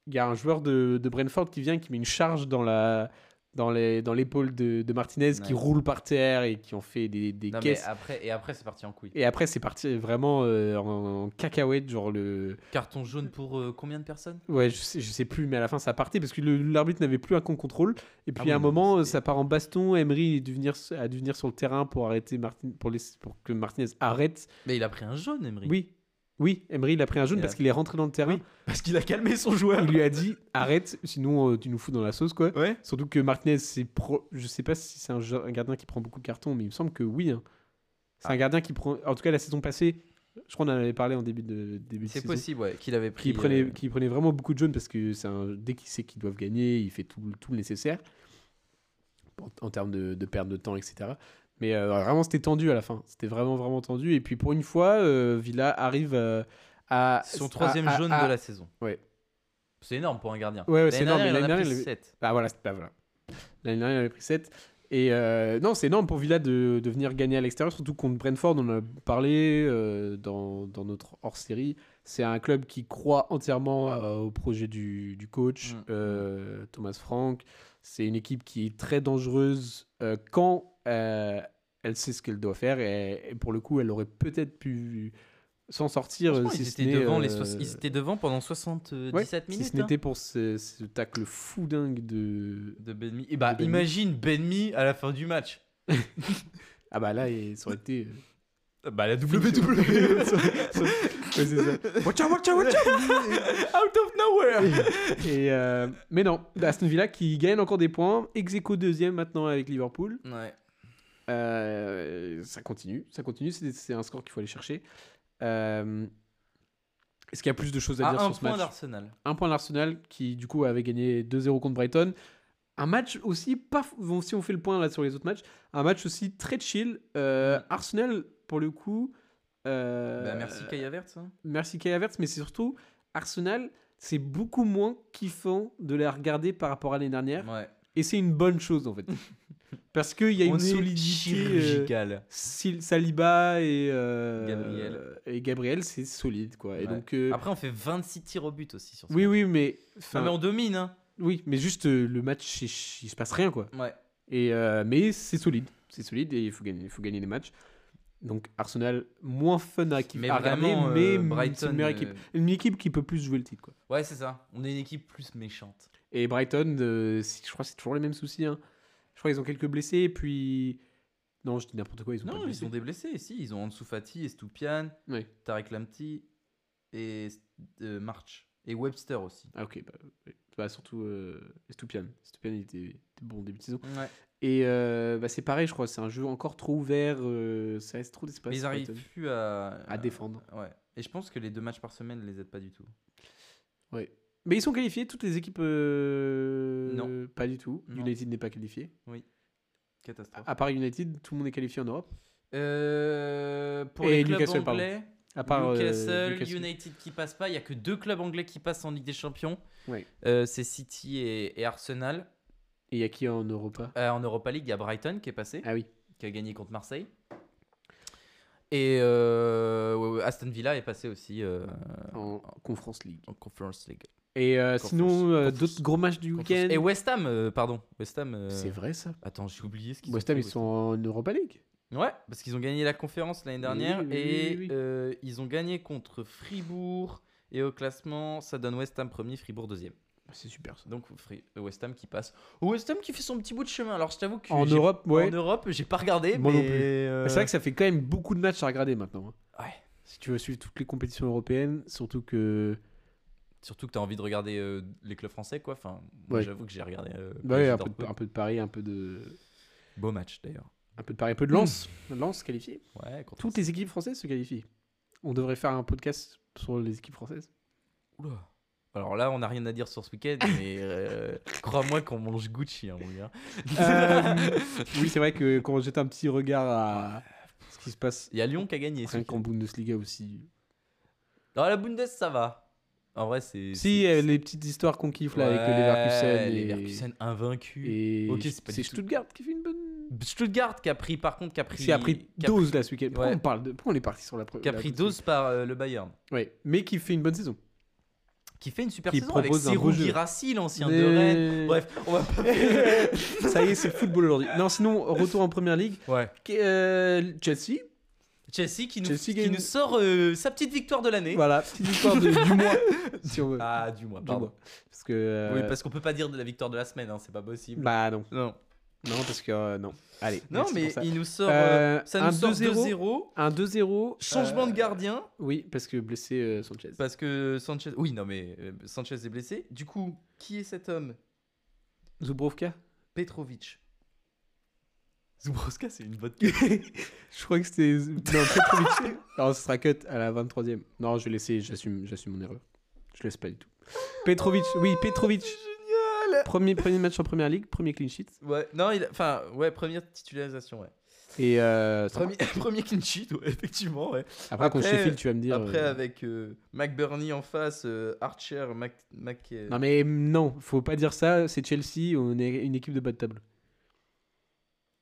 [SPEAKER 5] il y a un joueur de, de Brentford qui vient, qui met une charge dans la dans les- dans l'épaule de, de Martinez, qui
[SPEAKER 6] Ouais.
[SPEAKER 5] roule par terre et qui en fait des, des
[SPEAKER 6] Non, mais
[SPEAKER 5] caisses.
[SPEAKER 6] après, et après, c'est parti en couille.
[SPEAKER 5] Et après, c'est parti vraiment euh, en, en cacahuète, genre le...
[SPEAKER 6] Carton jaune pour euh, combien de personnes
[SPEAKER 5] Ouais, je sais, je sais plus, mais à la fin, ça partait parce que le- l'arbitre n'avait plus un con contrôle. Et puis
[SPEAKER 6] Ah
[SPEAKER 5] à un
[SPEAKER 6] oui,
[SPEAKER 5] moment, euh,
[SPEAKER 6] c'était-
[SPEAKER 5] ça part en baston. Emery est dû venir, a dû venir sur le terrain pour arrêter Martin, pour, laisser- pour que Martinez arrête.
[SPEAKER 6] Mais il a pris un jaune, Emery.
[SPEAKER 5] Oui, oui, Emery, il a pris un jaune
[SPEAKER 6] Il a-
[SPEAKER 5] parce qu'il est rentré dans le terrain.
[SPEAKER 6] Parce qu'il a calmé son joueur.
[SPEAKER 5] Il lui a dit arrête, sinon euh, tu nous fous dans la sauce, [LAUGHS] quoi.
[SPEAKER 6] Ouais.
[SPEAKER 5] Surtout que Martinez, c'est pro... je sais pas si c'est un, jeu- un gardien qui prend beaucoup de cartons, mais il me semble que oui. hein. C'est
[SPEAKER 6] Ah.
[SPEAKER 5] un gardien qui prend. En tout cas, la saison passée, je crois qu'on en avait parlé en début de début de
[SPEAKER 6] C'est
[SPEAKER 5] saison.
[SPEAKER 6] possible, ouais, qu'il avait pris.
[SPEAKER 5] Qui prenait,
[SPEAKER 6] euh,
[SPEAKER 5] qui prenait vraiment beaucoup de jaunes parce que c'est un- dès qu'il sait qu'ils doivent gagner, il fait tout, le- tout le nécessaire en, en termes de, de perte de temps, etc. Mais euh, vraiment, c'était tendu à la fin. C'était vraiment, vraiment tendu. Et puis pour une fois, euh, Villa arrive euh, à.
[SPEAKER 6] Son
[SPEAKER 5] à-
[SPEAKER 6] troisième
[SPEAKER 5] à-
[SPEAKER 6] jaune
[SPEAKER 5] à-
[SPEAKER 6] de la saison.
[SPEAKER 5] ah, Ouais.
[SPEAKER 6] C'est énorme pour un gardien.
[SPEAKER 5] Ouais, ouais, c'est énorme,
[SPEAKER 6] dernière,
[SPEAKER 5] mais l'année
[SPEAKER 6] il en a pris
[SPEAKER 5] dernière, il avait-
[SPEAKER 6] sept.
[SPEAKER 5] Bah voilà, c'est- bah voilà. L'année dernière, il avait pris 7. Et euh, non, c'est énorme pour Villa de, de venir gagner à l'extérieur, surtout contre Brentford, on en a parlé euh, dans, dans notre hors-série. C'est un club qui croit entièrement euh, au projet du, du coach,
[SPEAKER 6] Mm.
[SPEAKER 5] euh, Thomas Frank. C'est une équipe qui est très dangereuse euh, quand euh, elle sait ce qu'elle doit faire. Et, et pour le coup, elle aurait peut-être pu s'en sortir.
[SPEAKER 6] Franchement,
[SPEAKER 5] euh, si
[SPEAKER 6] ils,
[SPEAKER 5] ce
[SPEAKER 6] étaient
[SPEAKER 5] n'est,
[SPEAKER 6] devant les
[SPEAKER 5] euh,
[SPEAKER 6] soix- ils étaient devant pendant 77
[SPEAKER 5] ouais,
[SPEAKER 6] minutes.
[SPEAKER 5] Si ce
[SPEAKER 6] hein.
[SPEAKER 5] n'était pour ce, ce tacle fou dingue de,
[SPEAKER 6] De Benmi. Et bah,
[SPEAKER 5] de Benmi.
[SPEAKER 6] imagine Benmi à la fin du match.
[SPEAKER 5] Ah bah là, il- ça aurait été euh,
[SPEAKER 6] Bah, la [LAUGHS]
[SPEAKER 5] [LAUGHS] WWE. Ouais, c'est ça. Watch out, watch out, watch out
[SPEAKER 6] Out of nowhere
[SPEAKER 5] Et, euh, mais non, Aston Villa qui gagne encore des points, ex aequo deuxième maintenant avec Liverpool.
[SPEAKER 6] Ouais.
[SPEAKER 5] Euh, ça continue, ça continue, c'est c'est un score qu'il faut aller chercher. Euh, Est-ce qu'il y a plus de choses à dire
[SPEAKER 6] À Ah, un
[SPEAKER 5] sur ce
[SPEAKER 6] point
[SPEAKER 5] match
[SPEAKER 6] d'Arsenal.
[SPEAKER 5] Un point l'Arsenal qui du coup avait gagné 2-0 contre Brighton. Un match aussi, paf, bon, si on fait le point là sur les autres matchs, un match aussi très chill. Euh, Arsenal pour le coup. euh,
[SPEAKER 6] Mm. Bah, merci Kaya Verts. hein.
[SPEAKER 5] merci Kai Havertz, mais c'est surtout Arsenal, c'est beaucoup moins kiffant de la regarder par rapport à l'année dernière.
[SPEAKER 6] Ouais.
[SPEAKER 5] Et c'est une bonne chose
[SPEAKER 6] [LAUGHS]
[SPEAKER 5] en fait. Parce qu'il y a
[SPEAKER 6] On
[SPEAKER 5] une
[SPEAKER 6] est
[SPEAKER 5] solidité. euh,
[SPEAKER 6] chirurgical.
[SPEAKER 5] Sil- Saliba et euh,
[SPEAKER 6] Gabriel.
[SPEAKER 5] et Gabriel, c'est solide quoi. Et
[SPEAKER 6] Ouais.
[SPEAKER 5] donc euh,
[SPEAKER 6] Après, on fait 26 tirs au but aussi sur ce
[SPEAKER 5] oui
[SPEAKER 6] match.
[SPEAKER 5] oui mais,
[SPEAKER 6] Non,
[SPEAKER 5] enfin,
[SPEAKER 6] mais on domine, hein.
[SPEAKER 5] oui mais juste euh, le match il, il se passe rien quoi.
[SPEAKER 6] Ouais.
[SPEAKER 5] Et euh, mais c'est solide, c'est solide et il faut gagner, il faut gagner des matchs. Donc Arsenal moins fun à, qui-
[SPEAKER 6] Mais
[SPEAKER 5] à regarder,
[SPEAKER 6] vraiment, euh,
[SPEAKER 5] mais c'est
[SPEAKER 6] Brighton,
[SPEAKER 5] une meilleure
[SPEAKER 6] euh,
[SPEAKER 5] équipe, une équipe qui peut plus jouer le titre quoi.
[SPEAKER 6] Ouais, c'est ça. On est une équipe plus méchante.
[SPEAKER 5] Et Brighton, euh, c'est- je crois que c'est toujours les mêmes soucis. hein. Je crois qu'ils ont quelques blessés et puis non je dis n'importe quoi ils ont pas
[SPEAKER 6] Non,
[SPEAKER 5] de
[SPEAKER 6] ils
[SPEAKER 5] blessés.
[SPEAKER 6] ont des blessés. Si, ils ont Ansu Fati, Estoupian,
[SPEAKER 5] Ouais.
[SPEAKER 6] Tarek Lamptey et euh, March. Et Webster aussi.
[SPEAKER 5] Ah ok, bah, ouais. Bah, surtout euh, Estupian. Estupian, il était, il était bon au début de saison.
[SPEAKER 6] Ouais.
[SPEAKER 5] Et euh, bah, c'est pareil, je crois, c'est un jeu encore trop ouvert, euh, ça laisse trop d'espace.
[SPEAKER 6] Mais ils arrivent
[SPEAKER 5] Brighton,
[SPEAKER 6] plus à,
[SPEAKER 5] à défendre.
[SPEAKER 6] Ouais. Et je pense que les deux matchs par semaine les aident pas du tout.
[SPEAKER 5] Mais ils sont qualifiés, toutes les équipes... euh,
[SPEAKER 6] Non.
[SPEAKER 5] Pas du tout.
[SPEAKER 6] Non. Ah.
[SPEAKER 5] United n'est pas qualifié.
[SPEAKER 6] Catastrophe.
[SPEAKER 5] À part United, tout le monde est qualifié en Europe.
[SPEAKER 6] Euh, pour
[SPEAKER 5] Et
[SPEAKER 6] les clubs
[SPEAKER 5] Newcastle, pardon.
[SPEAKER 6] anglais,
[SPEAKER 5] À part... euh,
[SPEAKER 6] Newcastle,
[SPEAKER 5] Newcastle.
[SPEAKER 6] United qui passe pas. Il y a que deux clubs anglais qui passent en Ligue des Champions.
[SPEAKER 5] Oui.
[SPEAKER 6] Euh, c'est City et, et Arsenal.
[SPEAKER 5] Et il y a qui en Europa
[SPEAKER 6] Euh, en Europa League, il y a Brighton qui est passé,
[SPEAKER 5] Ah oui.
[SPEAKER 6] qui a gagné contre Marseille. Et euh, ouais, ouais, Aston Villa est passé aussi euh,
[SPEAKER 5] En Conference League.
[SPEAKER 6] en Conference League.
[SPEAKER 5] Et euh,
[SPEAKER 6] Conference-
[SPEAKER 5] sinon, euh,
[SPEAKER 6] Conference-
[SPEAKER 5] d'autres gros matchs du week-end.
[SPEAKER 6] Et West Ham, euh, pardon. West Ham. euh,
[SPEAKER 5] C'est vrai ça.
[SPEAKER 6] Attends, j'ai oublié ce qu'ils ont
[SPEAKER 5] West Ham,
[SPEAKER 6] fait,
[SPEAKER 5] ils sont en Europa League.
[SPEAKER 6] Ouais, parce qu'ils ont gagné la conférence l'année
[SPEAKER 5] Oui,
[SPEAKER 6] dernière
[SPEAKER 5] oui, oui,
[SPEAKER 6] et
[SPEAKER 5] oui, oui.
[SPEAKER 6] euh, ils ont gagné contre Fribourg. Et au classement, ça donne West Ham premier, Fribourg deuxième.
[SPEAKER 5] Bah, C'est super ça.
[SPEAKER 6] Donc Fri- euh, West Ham qui passe. West Ham qui fait son petit bout de chemin. Alors je t'avoue que
[SPEAKER 5] En
[SPEAKER 6] j'ai-
[SPEAKER 5] Europe, ouais.
[SPEAKER 6] en Europe, j'ai pas regardé,
[SPEAKER 5] Moi non
[SPEAKER 6] mais
[SPEAKER 5] plus.
[SPEAKER 6] euh,
[SPEAKER 5] C'est vrai que ça fait quand même beaucoup de matchs à regarder maintenant. hein.
[SPEAKER 6] Ouais.
[SPEAKER 5] Si tu veux suivre toutes les compétitions européennes, surtout que.
[SPEAKER 6] surtout que t'as envie de regarder euh, les clubs français, quoi. Enfin, moi,
[SPEAKER 5] Ouais.
[SPEAKER 6] j'avoue que j'ai regardé. euh,
[SPEAKER 5] Bah ouais,
[SPEAKER 6] PSG
[SPEAKER 5] un, peu de,
[SPEAKER 6] Dortmund.
[SPEAKER 5] un peu de Paris, un peu de.
[SPEAKER 6] Beau match d'ailleurs.
[SPEAKER 5] Un peu de Paris, un peu de Lens.
[SPEAKER 6] Hmm.
[SPEAKER 5] Lens qualifié.
[SPEAKER 6] Ouais, contre
[SPEAKER 5] Toutes les équipes françaises se qualifient. On devrait faire un podcast sur les
[SPEAKER 6] [LAUGHS]
[SPEAKER 5] équipes françaises.
[SPEAKER 6] Oula. Alors là, on n'a rien à dire sur ce
[SPEAKER 5] [LAUGHS]
[SPEAKER 6] week-end, mais euh, crois-moi qu'on mange Gucci, hein, mon gars.
[SPEAKER 5] Euh, oui, c'est vrai que quand on jette un petit regard à ce qui se passe,
[SPEAKER 6] [LAUGHS] Il y a Lyon qui a gagné. ce
[SPEAKER 5] rien qu'en
[SPEAKER 6] week-end.
[SPEAKER 5] Bundesliga aussi.
[SPEAKER 6] Dans la Bundes, ça va. En vrai, c'est.
[SPEAKER 5] Si,
[SPEAKER 6] c'est-
[SPEAKER 5] euh, les petites histoires qu'on kiffe là avec
[SPEAKER 6] Ouais,
[SPEAKER 5] le Leverkusen. et-
[SPEAKER 6] Leverkusen invaincu.
[SPEAKER 5] Et
[SPEAKER 6] Ok, c'est pas du
[SPEAKER 5] c'est
[SPEAKER 6] tout-
[SPEAKER 5] Stuttgart qui fait une bonne.
[SPEAKER 6] Stuttgart qui a pris, par contre, qui a pris.
[SPEAKER 5] Qui a pris
[SPEAKER 6] qui a pris-
[SPEAKER 5] 12 là ce week-end. Pourquoi,
[SPEAKER 6] Ouais.
[SPEAKER 5] on parle de... Pourquoi on est parti sur la première
[SPEAKER 6] qui a pris 12 par euh, le Bayern.
[SPEAKER 5] Ouais, mais qui fait une bonne saison.
[SPEAKER 6] Qui fait une super
[SPEAKER 5] Qui
[SPEAKER 6] saison avec
[SPEAKER 5] propose un beau
[SPEAKER 6] Serou
[SPEAKER 5] jeu.
[SPEAKER 6] Girassi, l'ancien de
[SPEAKER 5] Mais-
[SPEAKER 6] Rennes. Bref, on va pas.
[SPEAKER 5] [LAUGHS] Ça y est, c'est le football aujourd'hui. Non, sinon, retour en première ligue.
[SPEAKER 6] ouais.
[SPEAKER 5] Qu- euh, Chelsea,
[SPEAKER 6] Chelsea qui nous,
[SPEAKER 5] Chelsea
[SPEAKER 6] qui
[SPEAKER 5] gagne.
[SPEAKER 6] nous sort euh, sa petite victoire de l'année.
[SPEAKER 5] voilà, petite victoire de- du mois. Si on veut.
[SPEAKER 6] [LAUGHS] Ah, du mois,
[SPEAKER 5] Du
[SPEAKER 6] pardon.
[SPEAKER 5] mois. Parce que. euh,
[SPEAKER 6] Oui, parce qu'on peut pas dire de la victoire de la semaine, hein, c'est pas possible.
[SPEAKER 5] Bah non.
[SPEAKER 6] Non,
[SPEAKER 5] Non, parce que. euh, non. Allez.
[SPEAKER 6] non
[SPEAKER 5] merci
[SPEAKER 6] mais
[SPEAKER 5] pour ça.
[SPEAKER 6] il nous sort.
[SPEAKER 5] Euh,
[SPEAKER 6] euh, ça
[SPEAKER 5] un
[SPEAKER 6] nous sort
[SPEAKER 5] 2-0.
[SPEAKER 6] 2-0.
[SPEAKER 5] Un 2-0.
[SPEAKER 6] Changement de Bah,
[SPEAKER 5] euh,
[SPEAKER 6] gardien.
[SPEAKER 5] Oui, parce que blessé euh, Sanchez.
[SPEAKER 6] Parce que Sanchez. Oui, non, mais euh, Sanchez est blessé. Du coup, qui est cet homme
[SPEAKER 5] Zubrovka
[SPEAKER 6] Petrovic. Zubrowska, c'est une bonne
[SPEAKER 5] [LAUGHS] Je crois que c'était. Non, [LAUGHS] Petrovic. Alors, ce sera cut à la 23ème. Non, je vais laisser, j'assume, j'assume mon erreur. Je laisse pas du tout. Petrovic, oui, Petrovic.
[SPEAKER 6] Génial
[SPEAKER 5] Premier, premier match en première ligue, premier clean sheet.
[SPEAKER 6] Ouais, non, il a- enfin, ouais, première titularisation, ouais.
[SPEAKER 5] Et euh, ça va.
[SPEAKER 6] Premier, [LAUGHS] premier clean sheet, ouais, effectivement, ouais.
[SPEAKER 5] après, contre
[SPEAKER 6] après,
[SPEAKER 5] Sheffield, tu vas me dire.
[SPEAKER 6] Après,
[SPEAKER 5] euh,
[SPEAKER 6] avec euh, McBurney en face, euh, Archer, Mac. Mac euh,
[SPEAKER 5] Non, mais non, faut pas dire ça. C'est Chelsea, on est une équipe de bas de table.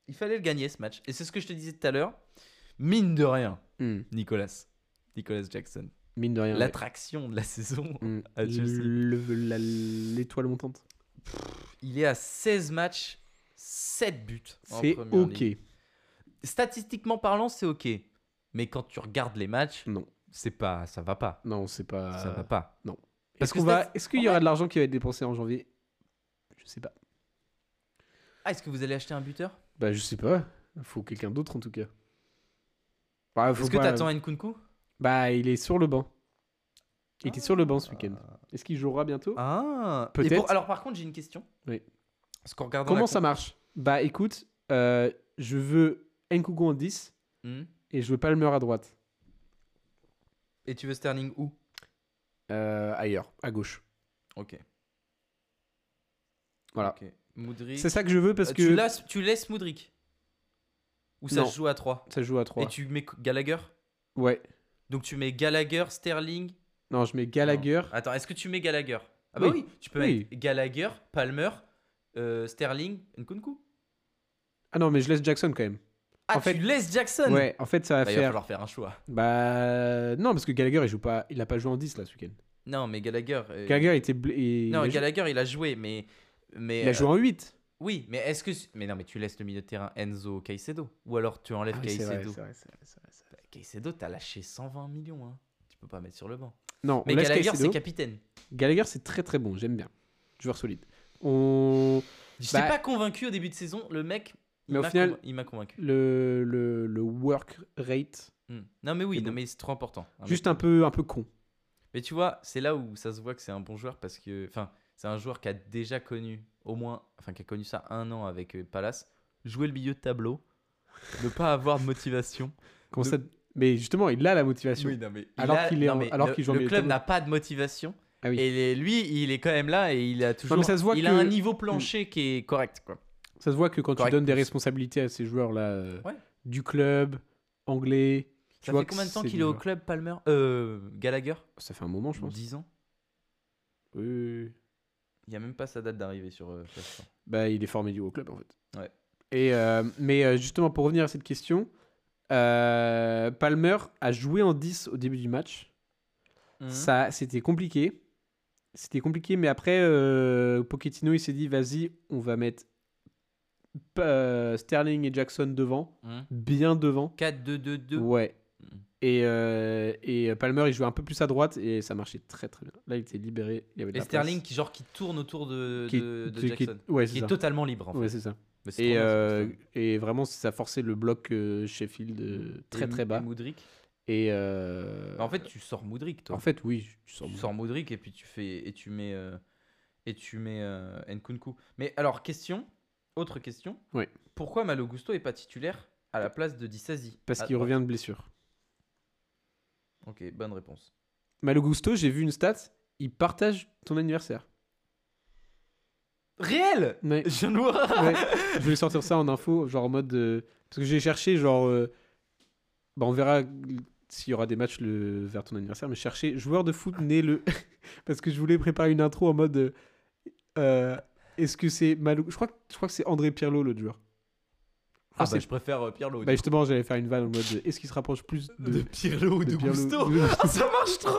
[SPEAKER 6] Il fallait le gagner, ce match. Et c'est ce que je te disais tout à l'heure. Mine de rien,
[SPEAKER 5] Hmm,
[SPEAKER 6] Nicolas. Nicolas Jackson.
[SPEAKER 5] Mine de rien. ouais.
[SPEAKER 6] L'attraction de la [LAUGHS] saison.
[SPEAKER 5] Hmm,
[SPEAKER 6] à Chelsea.
[SPEAKER 5] le- la- L'étoile montante.
[SPEAKER 6] Il est à 16 matchs, 7 buts. en
[SPEAKER 5] C'est
[SPEAKER 6] première
[SPEAKER 5] ok.
[SPEAKER 6] ligue. statistiquement parlant, c'est ok. Mais quand tu regardes les matchs,
[SPEAKER 5] Non. Euh.
[SPEAKER 6] c'est pas, ça va pas.
[SPEAKER 5] Non, c'est pas.
[SPEAKER 6] Ça va pas.
[SPEAKER 5] non.
[SPEAKER 6] Parce
[SPEAKER 5] Est-ce
[SPEAKER 6] que
[SPEAKER 5] qu'on
[SPEAKER 6] va...
[SPEAKER 5] va... Est-ce qu'il y aura de l'argent qui va être dépensé en janvier Je sais pas.
[SPEAKER 6] ah, est-ce que vous allez acheter un buteur
[SPEAKER 5] Bah, je sais pas. Faut quelqu'un d'autre en tout cas. Bah, faut
[SPEAKER 6] Est-ce que
[SPEAKER 5] pas-
[SPEAKER 6] t'attends Nkunku
[SPEAKER 5] Bah, il est sur le banc. Il était sur le banc ce week-end. Est-ce qu'il jouera bientôt
[SPEAKER 6] Ah
[SPEAKER 5] Peut-être.
[SPEAKER 6] Et pour- Alors par contre, j'ai une question.
[SPEAKER 5] Oui.
[SPEAKER 6] Parce qu'en regardant
[SPEAKER 5] Comment
[SPEAKER 6] la
[SPEAKER 5] ça
[SPEAKER 6] comp-
[SPEAKER 5] marche Bah, écoute, euh, je veux Nkunku en 10
[SPEAKER 6] Hmm.
[SPEAKER 5] et je veux Palmer à droite.
[SPEAKER 6] Et tu veux Sterling où
[SPEAKER 5] Euh, ailleurs, à gauche.
[SPEAKER 6] Ok.
[SPEAKER 5] Voilà.
[SPEAKER 6] Ok. Moudric.
[SPEAKER 5] C'est ça que je veux parce
[SPEAKER 6] Euh,
[SPEAKER 5] que
[SPEAKER 6] tu, laisses, tu laisses Moudric Ou ça
[SPEAKER 5] Non.
[SPEAKER 6] se joue à 3
[SPEAKER 5] ça joue à 3.
[SPEAKER 6] Et tu mets Gallagher
[SPEAKER 5] Ouais.
[SPEAKER 6] Donc tu mets Gallagher, Sterling.
[SPEAKER 5] Non, je mets Gallagher.
[SPEAKER 6] Non. Attends, est-ce que tu mets Gallagher Ah bah
[SPEAKER 5] Oui.
[SPEAKER 6] oui, tu peux
[SPEAKER 5] Oui.
[SPEAKER 6] mettre Gallagher, Palmer, euh, Sterling, Nkunku.
[SPEAKER 5] Ah non, mais je laisse Jackson quand même.
[SPEAKER 6] Ah,
[SPEAKER 5] En fait-
[SPEAKER 6] tu laisses Jackson
[SPEAKER 5] Ouais, en fait, ça va
[SPEAKER 6] Bah, Il va
[SPEAKER 5] faire.
[SPEAKER 6] falloir faire un choix.
[SPEAKER 5] Bah non, parce que Gallagher, il joue pas, il a pas joué en 10 là ce week-end.
[SPEAKER 6] Non, mais Gallagher. euh,
[SPEAKER 5] Gallagher, il était, bl- il,
[SPEAKER 6] Non,
[SPEAKER 5] il a, jou-
[SPEAKER 6] Gallagher, il a joué, mais. mais
[SPEAKER 5] il a joué en 8.
[SPEAKER 6] euh, Oui, mais est-ce que. Mais non, mais tu laisses le milieu de terrain Enzo Caicedo. Ou alors tu enlèves
[SPEAKER 5] Ah oui, c'est vrai,
[SPEAKER 6] Caicedo.
[SPEAKER 5] c'est vrai, c'est vrai, c'est vrai, c'est vrai.
[SPEAKER 6] Bah, Caicedo, t'as lâché 120 millions. Hein. Tu peux pas mettre sur le banc.
[SPEAKER 5] Non,
[SPEAKER 6] Mais
[SPEAKER 5] on laisse
[SPEAKER 6] Gallagher, c'est
[SPEAKER 5] Caicedo.
[SPEAKER 6] capitaine.
[SPEAKER 5] Gallagher, c'est très très bon, j'aime bien. Joueur solide. On...
[SPEAKER 6] J'étais
[SPEAKER 5] Bah-
[SPEAKER 6] pas convaincu au début de saison. Le mec, il
[SPEAKER 5] Mais au
[SPEAKER 6] m'a
[SPEAKER 5] final-
[SPEAKER 6] convain- il m'a convaincu.
[SPEAKER 5] Le, le, le work rate,
[SPEAKER 6] Hmm. Non, mais oui,
[SPEAKER 5] Et
[SPEAKER 6] non,
[SPEAKER 5] donc-
[SPEAKER 6] mais c'est trop important. Un
[SPEAKER 5] juste
[SPEAKER 6] mec-
[SPEAKER 5] un peu, un peu con.
[SPEAKER 6] Mais tu vois, c'est là où ça se voit que c'est un bon joueur parce que. Enfin, c'est un joueur qui a déjà connu, au moins. Enfin, qui a connu ça un an avec euh, Palace. Jouer le milieu de tableau. ne pas avoir de
[SPEAKER 5] [LAUGHS]
[SPEAKER 6] motivation.
[SPEAKER 5] Comment
[SPEAKER 6] Le-
[SPEAKER 5] ça- Mais justement, il a la motivation.
[SPEAKER 6] Oui, non, mais il
[SPEAKER 5] Alors
[SPEAKER 6] a-
[SPEAKER 5] qu'il est
[SPEAKER 6] non,
[SPEAKER 5] en-
[SPEAKER 6] mais
[SPEAKER 5] alors
[SPEAKER 6] le,
[SPEAKER 5] qu'il joue en
[SPEAKER 6] le
[SPEAKER 5] milieu de
[SPEAKER 6] club
[SPEAKER 5] tableau.
[SPEAKER 6] n'a pas de motivation.
[SPEAKER 5] Ah oui.
[SPEAKER 6] Et les- lui, il est quand même là et il a toujours.
[SPEAKER 5] ça se voit
[SPEAKER 6] il
[SPEAKER 5] que- Hmm.
[SPEAKER 6] a un niveau plancher qui est correct. Quoi.
[SPEAKER 5] Ça se voit que quand tu
[SPEAKER 6] Correct.
[SPEAKER 5] donnes des responsabilités à ces joueurs-là, euh,
[SPEAKER 6] Ouais.
[SPEAKER 5] du club, anglais, tu
[SPEAKER 6] Ça
[SPEAKER 5] vois
[SPEAKER 6] fait
[SPEAKER 5] que
[SPEAKER 6] combien de temps
[SPEAKER 5] c'est
[SPEAKER 6] qu'il
[SPEAKER 5] des
[SPEAKER 6] est au
[SPEAKER 5] joueurs.
[SPEAKER 6] club, Mm. Palmer euh, Gallagher
[SPEAKER 5] Ça fait un moment, je pense.
[SPEAKER 6] 10 ans
[SPEAKER 5] Oui, oui, oui.
[SPEAKER 6] Il n'y a même pas sa date d'arrivée sur euh, Flashpoint.
[SPEAKER 5] Bah, il est formé du haut club, en fait.
[SPEAKER 6] Ouais.
[SPEAKER 5] Et, euh, mais euh, justement, pour revenir à cette question, euh, Palmer a joué en 10 au début du match.
[SPEAKER 6] Mmh. Mhm.
[SPEAKER 5] Ça, c'était compliqué. C'était compliqué, mais après, euh, Pochettino, il s'est dit, vas-y, on va mettre euh, Sterling et Jackson devant,
[SPEAKER 6] Mhm.
[SPEAKER 5] bien devant.
[SPEAKER 6] 4-2-2-2.
[SPEAKER 5] Ouais.
[SPEAKER 6] Mhm.
[SPEAKER 5] Et, euh, et Palmer, il jouait un peu plus à droite et ça marchait très très bien. Là, il était libéré. Il y avait de
[SPEAKER 6] Et
[SPEAKER 5] la place.
[SPEAKER 6] Sterling qui, genre, qui tourne autour de,
[SPEAKER 5] Qui-
[SPEAKER 6] de- de
[SPEAKER 5] qui-
[SPEAKER 6] Jackson.
[SPEAKER 5] ouais,
[SPEAKER 6] Qui
[SPEAKER 5] c'est
[SPEAKER 6] est
[SPEAKER 5] ça.
[SPEAKER 6] totalement libre en fait.
[SPEAKER 5] Ouais, c'est ça.
[SPEAKER 6] Mais c'est
[SPEAKER 5] Et,
[SPEAKER 6] trop bien,
[SPEAKER 5] euh,
[SPEAKER 6] ce putain.
[SPEAKER 5] et vraiment, ça forçait le bloc euh, Sheffield euh, très
[SPEAKER 6] Et-
[SPEAKER 5] très
[SPEAKER 6] et
[SPEAKER 5] bas.
[SPEAKER 6] Mudryk.
[SPEAKER 5] Et euh,
[SPEAKER 6] En fait, tu sors Moudric toi.
[SPEAKER 5] en fait, oui, tu sens
[SPEAKER 6] tu sors Modric et puis tu fais et tu mets euh, et tu mets euh, Nkunku. Mais alors question, autre question.
[SPEAKER 5] Oui.
[SPEAKER 6] Pourquoi Malo Gusto est pas titulaire à la place de Dissasi
[SPEAKER 5] parce
[SPEAKER 6] À
[SPEAKER 5] qu'il
[SPEAKER 6] droite.
[SPEAKER 5] revient de blessure.
[SPEAKER 6] Ok, bonne réponse.
[SPEAKER 5] Malo Gusto, j'ai vu une stat, il partage ton anniversaire.
[SPEAKER 6] Réel.
[SPEAKER 5] Mais,
[SPEAKER 6] Je viens de voir.
[SPEAKER 5] ouais, je voulais sortir ça en info, genre en mode. euh, parce que j'ai cherché, genre. euh, bah, on verra s'il y aura des matchs le, vers ton anniversaire, mais chercher joueur de foot né le. [LAUGHS] parce que je voulais préparer une intro en mode. euh, euh, Est-ce que c'est Malo. Je crois, que- je crois que c'est André Pirlo, l'autre joueur. Je
[SPEAKER 6] Ah
[SPEAKER 5] crois que
[SPEAKER 6] bah,
[SPEAKER 5] c'est-
[SPEAKER 6] je préfère euh, Pirlo.
[SPEAKER 5] bah, justement, j'allais faire une vanne en mode. euh, Est-ce qu'il se rapproche plus de.
[SPEAKER 6] [LAUGHS] de Pirlo ou
[SPEAKER 5] de
[SPEAKER 6] de, [LAUGHS]
[SPEAKER 5] Pirlo,
[SPEAKER 6] Gusto.
[SPEAKER 5] de Gusto.
[SPEAKER 6] Ah, ça marche trop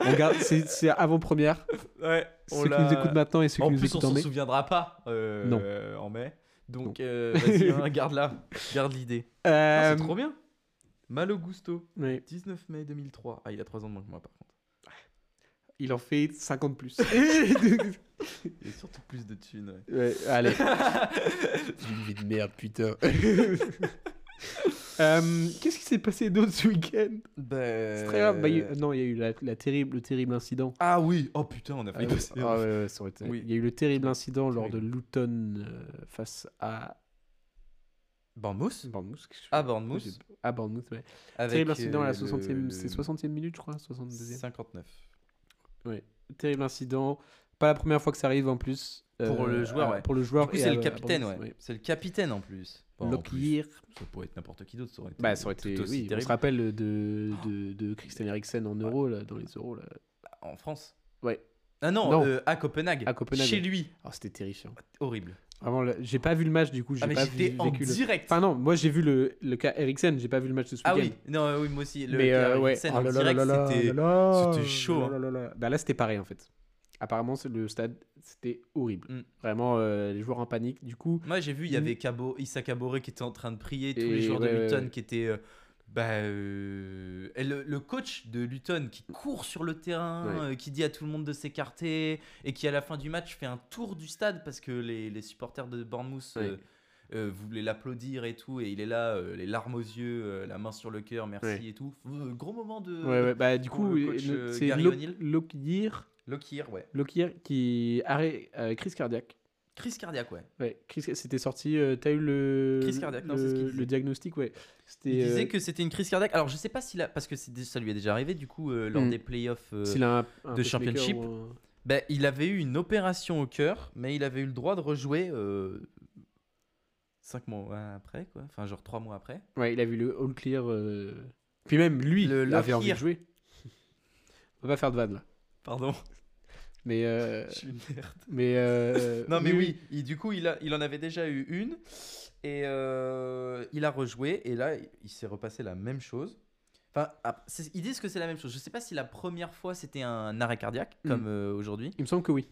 [SPEAKER 5] On garde- c'est c'est avant-première.
[SPEAKER 6] bien. Ouais. on
[SPEAKER 5] Ceux qui
[SPEAKER 6] l'a-
[SPEAKER 5] nous écoutent maintenant et ceux
[SPEAKER 6] en
[SPEAKER 5] qui nous
[SPEAKER 6] plus, on
[SPEAKER 5] écoutent en
[SPEAKER 6] s'en
[SPEAKER 5] mai.
[SPEAKER 6] souviendra pas euh, en mai. Donc, euh,
[SPEAKER 5] [LAUGHS]
[SPEAKER 6] vas-y, hein, garde la, garde l'idée. Ah,
[SPEAKER 5] Euh,
[SPEAKER 6] c'est trop bien. Malo Gusto,
[SPEAKER 5] ouais.
[SPEAKER 6] 19 mai 2003. Ah, il a 3 ans de moins que moi, par contre.
[SPEAKER 5] Il en fait 50 [LAUGHS] plus.
[SPEAKER 6] Et surtout plus de thunes.
[SPEAKER 5] [LAUGHS]
[SPEAKER 6] ouais.
[SPEAKER 5] Ouais, allez. J'ai une vie de merde, putain. Euh, Qu'est-ce qui s'est passé d'autre ce week-end C'est très grave. bah, il y a eu- non, il y a eu la, la terrible, le terrible incident.
[SPEAKER 6] Ben, Ah oui, oh putain, on a failli passer.
[SPEAKER 5] Ah ouais, ouais, ça aurait été-
[SPEAKER 6] Oui.
[SPEAKER 5] Il y a eu le terrible incident lors de
[SPEAKER 6] Terrible.
[SPEAKER 5] Luton euh, face à
[SPEAKER 6] Bournemouth
[SPEAKER 5] Bournemouth. qu'est-ce que je fais
[SPEAKER 6] À Bournemouth.
[SPEAKER 5] À Bournemouth, ouais.
[SPEAKER 6] Ah, avec,
[SPEAKER 5] Terrible incident à la
[SPEAKER 6] euh,
[SPEAKER 5] 60e,
[SPEAKER 6] le-
[SPEAKER 5] c'est 60e minute, je crois, 62e.
[SPEAKER 6] 59.
[SPEAKER 5] Terrible incident. Pas la première fois que ça arrive en plus. Euh,
[SPEAKER 6] Pour le joueur,
[SPEAKER 5] à-
[SPEAKER 6] ouais.
[SPEAKER 5] Pour le
[SPEAKER 6] Du
[SPEAKER 5] joueur.
[SPEAKER 6] coup,
[SPEAKER 5] et
[SPEAKER 6] c'est
[SPEAKER 5] à-
[SPEAKER 6] le
[SPEAKER 5] à
[SPEAKER 6] capitaine, ouais.
[SPEAKER 5] Bournemouth,
[SPEAKER 6] C'est le capitaine en plus. Enfin, en plus,
[SPEAKER 5] Lockyer.
[SPEAKER 6] Ça pourrait être n'importe qui d'autre, ça aurait été.
[SPEAKER 5] Bah, ça aurait été.
[SPEAKER 6] tout aussi
[SPEAKER 5] Oui, on se
[SPEAKER 6] terrible.
[SPEAKER 5] rappelle de, de, de Christian Eriksen en euros, là, dans les euros, là,
[SPEAKER 6] En France
[SPEAKER 5] Ouais.
[SPEAKER 6] Ah non,
[SPEAKER 5] Non.
[SPEAKER 6] euh, à Copenhague.
[SPEAKER 5] à Copenhague.
[SPEAKER 6] Chez lui.
[SPEAKER 5] Alors, c'était terrifiant.
[SPEAKER 6] Horrible.
[SPEAKER 5] Vraiment, là, j'ai pas vu le match, du coup, j'ai
[SPEAKER 6] Ah, mais
[SPEAKER 5] pas vu-
[SPEAKER 6] j'étais en
[SPEAKER 5] vécu le.
[SPEAKER 6] direct.
[SPEAKER 5] Enfin, non, moi, j'ai vu le, le cas Eriksen, j'ai pas vu le match de ce
[SPEAKER 6] ah
[SPEAKER 5] week-end.
[SPEAKER 6] oui, non, euh, oui, moi aussi. Le
[SPEAKER 5] mais euh,
[SPEAKER 6] Pierre
[SPEAKER 5] ouais,
[SPEAKER 6] Eriksen
[SPEAKER 5] Oh
[SPEAKER 6] en
[SPEAKER 5] là là
[SPEAKER 6] direct,
[SPEAKER 5] là là
[SPEAKER 6] c'était.
[SPEAKER 5] là là,
[SPEAKER 6] c'était chaud, hein.
[SPEAKER 5] là là là là. Bah, là, c'était pareil, en fait. Apparemment, c'est- le stade, c'était horrible.
[SPEAKER 6] Mm.
[SPEAKER 5] Vraiment, euh, les joueurs en panique. Du coup,
[SPEAKER 6] Moi, j'ai vu, il y avait Cabo, Issa Caboret qui était en train de prier, tous les
[SPEAKER 5] Mm. Et
[SPEAKER 6] joueurs
[SPEAKER 5] ouais,
[SPEAKER 6] de
[SPEAKER 5] ouais,
[SPEAKER 6] Luton
[SPEAKER 5] ouais.
[SPEAKER 6] qui étaient. euh, bah, euh, et le, le coach de Luton qui court sur le terrain,
[SPEAKER 5] Ouais.
[SPEAKER 6] euh, qui dit à tout le monde de s'écarter, et qui à la fin du match fait un tour du stade parce que les, les supporters de Bournemouth euh, euh, vous voulez l'applaudir et tout, et il est là, euh, les larmes aux yeux, euh, la main sur le cœur, merci
[SPEAKER 5] Ouais.
[SPEAKER 6] et tout. Euh, gros moment de.
[SPEAKER 5] Ouais, ouais, bah, du
[SPEAKER 6] pour
[SPEAKER 5] coup,
[SPEAKER 6] le coach,
[SPEAKER 5] euh,
[SPEAKER 6] euh,
[SPEAKER 5] c'est
[SPEAKER 6] Gary
[SPEAKER 5] Lo-
[SPEAKER 6] O'Neill.
[SPEAKER 5] Lockyer,
[SPEAKER 6] Lockheed, ouais.
[SPEAKER 5] Lockyer qui arrête euh, crise cardiaque.
[SPEAKER 6] Crise cardiaque, ouais.
[SPEAKER 5] Ouais, crise- c'était sorti. euh, T'as eu le
[SPEAKER 6] Crise cardiaque, non, c'est ce qu'il
[SPEAKER 5] le,
[SPEAKER 6] disait.
[SPEAKER 5] le diagnostic, ouais.
[SPEAKER 6] Il
[SPEAKER 5] C'était.
[SPEAKER 6] disait
[SPEAKER 5] euh,
[SPEAKER 6] que c'était une crise cardiaque. Alors, je sais pas si là, parce que c'est dé- ça lui est déjà arrivé, du coup, euh, lors
[SPEAKER 5] Hmm.
[SPEAKER 6] des playoffs. euh,
[SPEAKER 5] s'il a un- un pacemaker
[SPEAKER 6] championship.
[SPEAKER 5] ou un-
[SPEAKER 6] ben, il avait eu une opération au cœur, mais il avait eu le droit de rejouer euh, cinq mois après, quoi. Enfin, genre trois mois après.
[SPEAKER 5] Ouais, il a vu le all clear. euh, Puis même lui,
[SPEAKER 6] Le
[SPEAKER 5] il avait
[SPEAKER 6] Lockyer.
[SPEAKER 5] envie de jouer. On va pas faire de vanne là.
[SPEAKER 6] Pardon,
[SPEAKER 5] Mais. euh,
[SPEAKER 6] je suis une merde.
[SPEAKER 5] mais euh,
[SPEAKER 6] [LAUGHS] Non, mais oui, il- du coup, il, a, il en avait déjà eu une. Et euh, il a rejoué. Et là, il s'est repassé la même chose. Enfin, ap- c'est- ils disent que c'est la même chose. Je sais pas si la première fois c'était un arrêt cardiaque,
[SPEAKER 5] Hmm.
[SPEAKER 6] comme euh, aujourd'hui.
[SPEAKER 5] Il me semble que oui.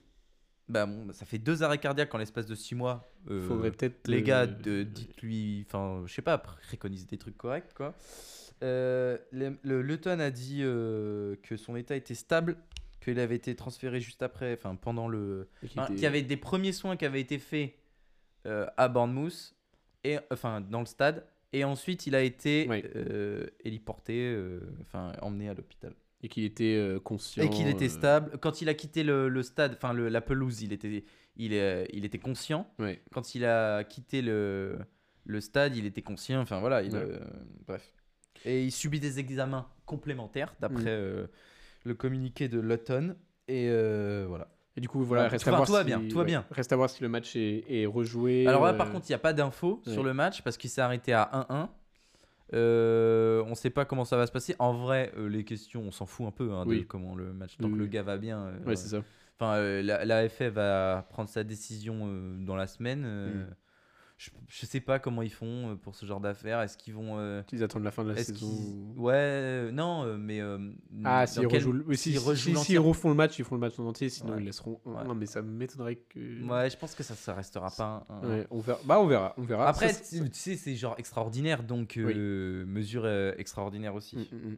[SPEAKER 6] Bah, bon, bah, ça fait deux arrêts cardiaques en l'espace de six mois. euh,
[SPEAKER 5] Faudrait peut-être.
[SPEAKER 6] les
[SPEAKER 5] euh,
[SPEAKER 6] gars, de- dites-lui. Enfin, je sais pas, préconise des trucs corrects, quoi. Euh, le, le- Leuton a dit euh, que son état était stable, qu'il avait été transféré juste après, enfin, pendant le.
[SPEAKER 5] et qu'il
[SPEAKER 6] Enfin,
[SPEAKER 5] était-
[SPEAKER 6] Ah, qu'il y avait des premiers soins qui avaient été faits euh, à Bournemouth, et, enfin dans le stade, et ensuite il a été
[SPEAKER 5] Oui.
[SPEAKER 6] euh, héliporté, euh, enfin emmené à l'hôpital.
[SPEAKER 5] Et qu'il était euh, conscient.
[SPEAKER 6] Et qu'il était
[SPEAKER 5] euh,
[SPEAKER 6] stable. Quand il a quitté le, le stade, enfin le- la pelouse, il était, il, est- il était conscient.
[SPEAKER 5] Ouais.
[SPEAKER 6] Quand il a quitté le, le stade, il était conscient, enfin voilà, il,
[SPEAKER 5] Ouais.
[SPEAKER 6] euh, bref. Et il subit des examens complémentaires d'après
[SPEAKER 5] Mhm.
[SPEAKER 6] euh, le communiqué de Lutton. Et euh, voilà.
[SPEAKER 5] Et du coup, voilà,
[SPEAKER 6] Enfin,
[SPEAKER 5] reste
[SPEAKER 6] tout
[SPEAKER 5] à
[SPEAKER 6] va-
[SPEAKER 5] voir
[SPEAKER 6] tout va
[SPEAKER 5] si-
[SPEAKER 6] bien, tout va
[SPEAKER 5] ouais,
[SPEAKER 6] bien.
[SPEAKER 5] Reste à voir si le match est, est rejoué.
[SPEAKER 6] Alors là,
[SPEAKER 5] euh,
[SPEAKER 6] par contre, il n'y a pas d'infos
[SPEAKER 5] ouais.
[SPEAKER 6] sur le match parce qu'il s'est arrêté à 1-1. Euh, on ne sait pas comment ça va se passer. En vrai, euh, les questions, on s'en fout un peu hein, de
[SPEAKER 5] Oui.
[SPEAKER 6] comment le match. Tant
[SPEAKER 5] Oui,
[SPEAKER 6] que le
[SPEAKER 5] oui.
[SPEAKER 6] gars va bien. euh,
[SPEAKER 5] Ouais, c'est ça.
[SPEAKER 6] Enfin, euh, la, la FA va prendre sa décision euh, dans la semaine. euh,
[SPEAKER 5] Mm.
[SPEAKER 6] Je ne sais pas comment ils font euh, pour ce genre d'affaires. Est-ce qu'ils vont. euh,
[SPEAKER 5] Ils attendent la fin de la
[SPEAKER 6] est-ce
[SPEAKER 5] saison.
[SPEAKER 6] qu'ils-
[SPEAKER 5] ou-
[SPEAKER 6] Ouais, euh, non, euh, mais. euh,
[SPEAKER 5] Ah,
[SPEAKER 6] dans
[SPEAKER 5] s'ils
[SPEAKER 6] quel-
[SPEAKER 5] rejouent, le- oui, si,
[SPEAKER 6] s'ils
[SPEAKER 5] si-
[SPEAKER 6] rejouent
[SPEAKER 5] si- s'ils
[SPEAKER 6] l'entier-
[SPEAKER 5] refont le match, ils font le match en entier, sinon
[SPEAKER 6] Ouais.
[SPEAKER 5] ils laisseront. un,
[SPEAKER 6] Ouais.
[SPEAKER 5] un, mais ça m'étonnerait que.
[SPEAKER 6] Ouais, je pense que ça ne restera pas un- un-
[SPEAKER 5] Ouais, on verra. Bah, on verra. On verra.
[SPEAKER 6] Après,
[SPEAKER 5] Ça, c'est-
[SPEAKER 6] tu tu sais, c'est genre extraordinaire, donc euh, mesure euh, extraordinaire aussi.
[SPEAKER 5] Mm, mm, mm.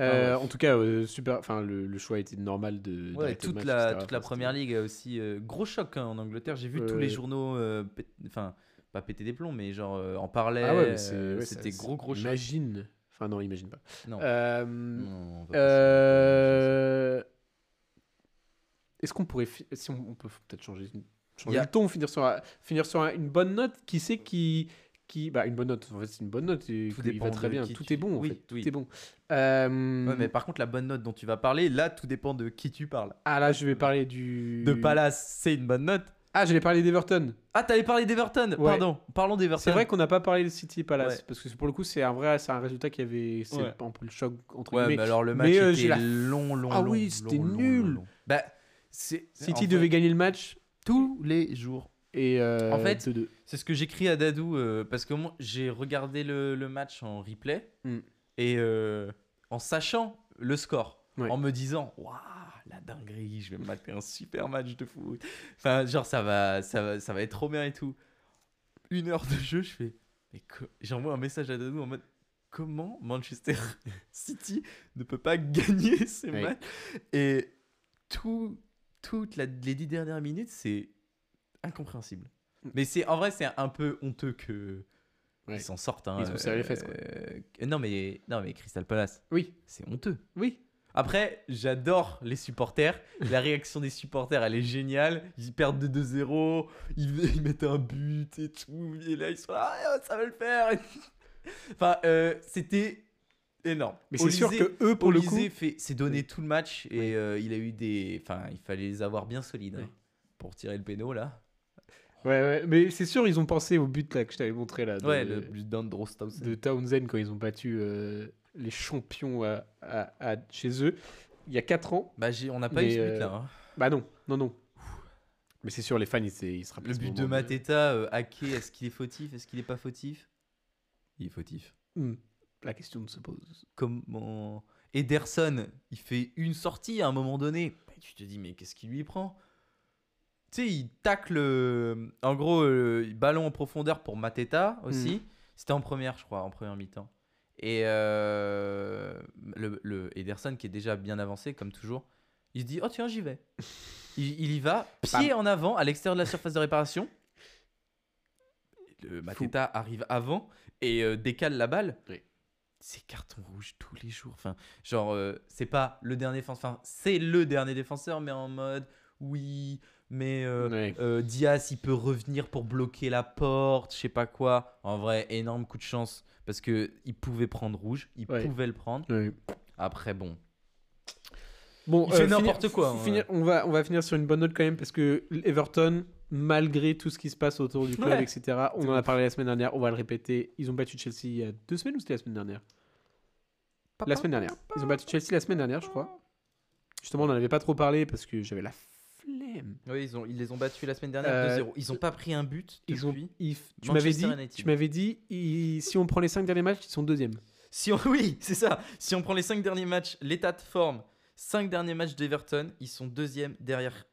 [SPEAKER 5] Euh,
[SPEAKER 6] Ah,
[SPEAKER 5] en tout cas, euh, super. Enfin, le, le choix était normal de.
[SPEAKER 6] Ouais,
[SPEAKER 5] d'arrêter le
[SPEAKER 6] toute
[SPEAKER 5] match,
[SPEAKER 6] la,
[SPEAKER 5] etc.
[SPEAKER 6] toute la
[SPEAKER 5] Enfin,
[SPEAKER 6] première
[SPEAKER 5] c'était-
[SPEAKER 6] ligue aussi. euh, gros choc hein, en Angleterre. J'ai vu tous
[SPEAKER 5] Ouais.
[SPEAKER 6] les journaux, euh, pét- enfin, pas péter des plombs, mais genre euh, en parlaient.
[SPEAKER 5] Ah ouais, mais c'est-
[SPEAKER 6] euh,
[SPEAKER 5] ouais, ça-
[SPEAKER 6] C'était
[SPEAKER 5] c'est-
[SPEAKER 6] gros, gros choc.
[SPEAKER 5] Imagine. Enfin, non, imagine pas.
[SPEAKER 6] Non.
[SPEAKER 5] Euh,
[SPEAKER 6] Non, on va pas
[SPEAKER 5] euh, Est-ce qu'on pourrait. fi- Si on, on peut peut-être changer, changer
[SPEAKER 6] Y a-
[SPEAKER 5] le ton, finir sur, un- finir sur un- une bonne note. Qui c'est qui. qui bah, une bonne note. En fait, c'est une bonne note. et
[SPEAKER 6] Tout
[SPEAKER 5] il va
[SPEAKER 6] dépend
[SPEAKER 5] très
[SPEAKER 6] de
[SPEAKER 5] bien.
[SPEAKER 6] qui
[SPEAKER 5] Tout
[SPEAKER 6] tu-
[SPEAKER 5] est bon. en
[SPEAKER 6] oui,
[SPEAKER 5] fait, Tout
[SPEAKER 6] oui.
[SPEAKER 5] est bon. Euh,
[SPEAKER 6] passer. Ouais, mais par contre, la bonne note dont tu vas parler, là, tout dépend de qui tu parles.
[SPEAKER 5] Ah, là, je vais parler du.
[SPEAKER 6] De Palace, c'est une bonne note.
[SPEAKER 5] Ah, j'allais parler d'Everton.
[SPEAKER 6] Ah, t'allais parler d'Everton. Pardon, parlons d'Everton.
[SPEAKER 5] C'est vrai qu'on n'a pas parlé de City Palace
[SPEAKER 6] Ouais.
[SPEAKER 5] parce que pour le coup c'est un vrai c'est un résultat qui avait c'est
[SPEAKER 6] Ouais.
[SPEAKER 5] un peu le choc entre
[SPEAKER 6] Ouais, mais,
[SPEAKER 5] guillemets.
[SPEAKER 6] alors le match
[SPEAKER 5] mais, euh, j'ai
[SPEAKER 6] était
[SPEAKER 5] la-
[SPEAKER 6] long, long,
[SPEAKER 5] Ah
[SPEAKER 6] long,
[SPEAKER 5] oui, c'était
[SPEAKER 6] long, long,
[SPEAKER 5] nul.
[SPEAKER 6] long, long. Bah, c'est en
[SPEAKER 5] City
[SPEAKER 6] fait,
[SPEAKER 5] devait gagner le match
[SPEAKER 6] tous les jours.
[SPEAKER 5] et euh,
[SPEAKER 6] En fait,
[SPEAKER 5] 2-2.
[SPEAKER 6] C'est ce que j'écris à Dadou euh, parce que moi j'ai regardé le, le match en replay
[SPEAKER 5] Mm.
[SPEAKER 6] et euh, en sachant le score,
[SPEAKER 5] Ouais.
[SPEAKER 6] en me disant waouh la dinguerie, je vais me mater un super match de foot. Enfin genre ça va ça va ça va être trop bien et tout. Une heure de jeu, je fais mais co- j'envoie un message à Dadou en mode comment Manchester [LAUGHS] City ne peut pas gagner [LAUGHS] ces
[SPEAKER 5] Ouais.
[SPEAKER 6] matchs et tout toutes la- les dix dernières minutes c'est incompréhensible.
[SPEAKER 5] Mm.
[SPEAKER 6] Mais c'est en vrai, c'est un peu honteux que
[SPEAKER 5] Ouais.
[SPEAKER 6] ils s'en sortent. hein,
[SPEAKER 5] Ils se sont serrés les fesses, quoi.
[SPEAKER 6] euh, non mais non mais Crystal Palace,
[SPEAKER 5] Oui,
[SPEAKER 6] c'est honteux.
[SPEAKER 5] oui.
[SPEAKER 6] Après, j'adore les supporters. La réaction des supporters, elle est géniale. Ils perdent de 2-0, ils, [LAUGHS] ils mettent un but et tout, et là ils sont là, Ah, ça va le faire. [LAUGHS] enfin, euh, c'était énorme.
[SPEAKER 5] Mais c'est sûr
[SPEAKER 6] Olysée-
[SPEAKER 5] que eux pour le coup
[SPEAKER 6] Olysée fait s'est donné tout le match et euh, il a eu des, enfin, il fallait les avoir bien solides hein,
[SPEAKER 5] Ouais.
[SPEAKER 6] pour tirer le péno là.
[SPEAKER 5] Ouais ouais, mais c'est sûr ils ont pensé au but là que je t'avais montré là de,
[SPEAKER 6] Ouais, le but d'Androstausen.
[SPEAKER 5] de Townsend quand ils ont battu euh, les champions à, à- à- chez eux il y a 4 ans.
[SPEAKER 6] Bah, j'ai- on n'a pas
[SPEAKER 5] Mais,
[SPEAKER 6] eu ce but
[SPEAKER 5] euh,
[SPEAKER 6] là. hein.
[SPEAKER 5] Bah non, non non. Mais c'est sûr les fans ils, se- ils se rappellent
[SPEAKER 6] Le
[SPEAKER 5] ce
[SPEAKER 6] but
[SPEAKER 5] moment,
[SPEAKER 6] de
[SPEAKER 5] mais-
[SPEAKER 6] Mateta, euh, hacké, est-ce qu'il est fautif Est-ce qu'il est pas fautif Il est fautif.
[SPEAKER 5] Hmm. La question ne se pose.
[SPEAKER 6] Comment Ederson, il fait une sortie à un moment donné. Bah, tu te dis, mais qu'est-ce qu'il lui prend Tu sais, il tacle. euh, En gros, euh, ballon en profondeur pour Mateta aussi. C'était en première, je crois, en première mi-temps. Et euh, le, le Ederson, qui est déjà bien avancé, comme toujours, il se dit Oh, tiens, j'y vais. il, il y va, pied en avant, à l'extérieur de la surface de réparation. euh, Mateta arrive avant et euh, décale la balle.
[SPEAKER 5] Oui.
[SPEAKER 6] C'est carton rouge tous les jours. Enfin, genre, euh, c'est pas le dernier défenseur. Enfin, c'est le dernier défenseur, mais en mode oui, mais euh,
[SPEAKER 5] Ouais.
[SPEAKER 6] euh, Diaz, il peut revenir pour bloquer la porte, je sais pas quoi. En vrai, énorme coup de chance parce que il pouvait prendre rouge, il
[SPEAKER 5] Ouais.
[SPEAKER 6] pouvait le prendre. Après, bon.
[SPEAKER 5] Bon, euh,
[SPEAKER 6] Il fait
[SPEAKER 5] finir-
[SPEAKER 6] n'importe quoi,
[SPEAKER 5] finir- on, va, on va finir sur une bonne note quand même parce que Everton, malgré tout ce qui se passe autour du club,
[SPEAKER 6] Ouais.
[SPEAKER 5] etc., on en a parlé la semaine dernière, on va le répéter. Ils ont battu Chelsea il y a deux semaines ou c'était la semaine dernière La semaine dernière. Ils ont battu Chelsea la semaine dernière, je crois. Justement, on n'en avait pas trop parlé parce que j'avais la flemme.
[SPEAKER 6] Oui, ils, ont, ils les ont battus la semaine dernière
[SPEAKER 5] Euh,
[SPEAKER 6] 2-0. Ils ont pas pris un but
[SPEAKER 5] Ils ont,
[SPEAKER 6] depuis.
[SPEAKER 5] ils- tu m'avais dit,
[SPEAKER 6] Manchester United.
[SPEAKER 5] tu m'avais dit ils- si on prend les cinq derniers matchs, ils sont deuxième.
[SPEAKER 6] Si on, [LAUGHS] oui, c'est ça. Si on prend les 5 derniers matchs, l'état de forme, 5 derniers matchs d'Everton, ils sont deuxième derrière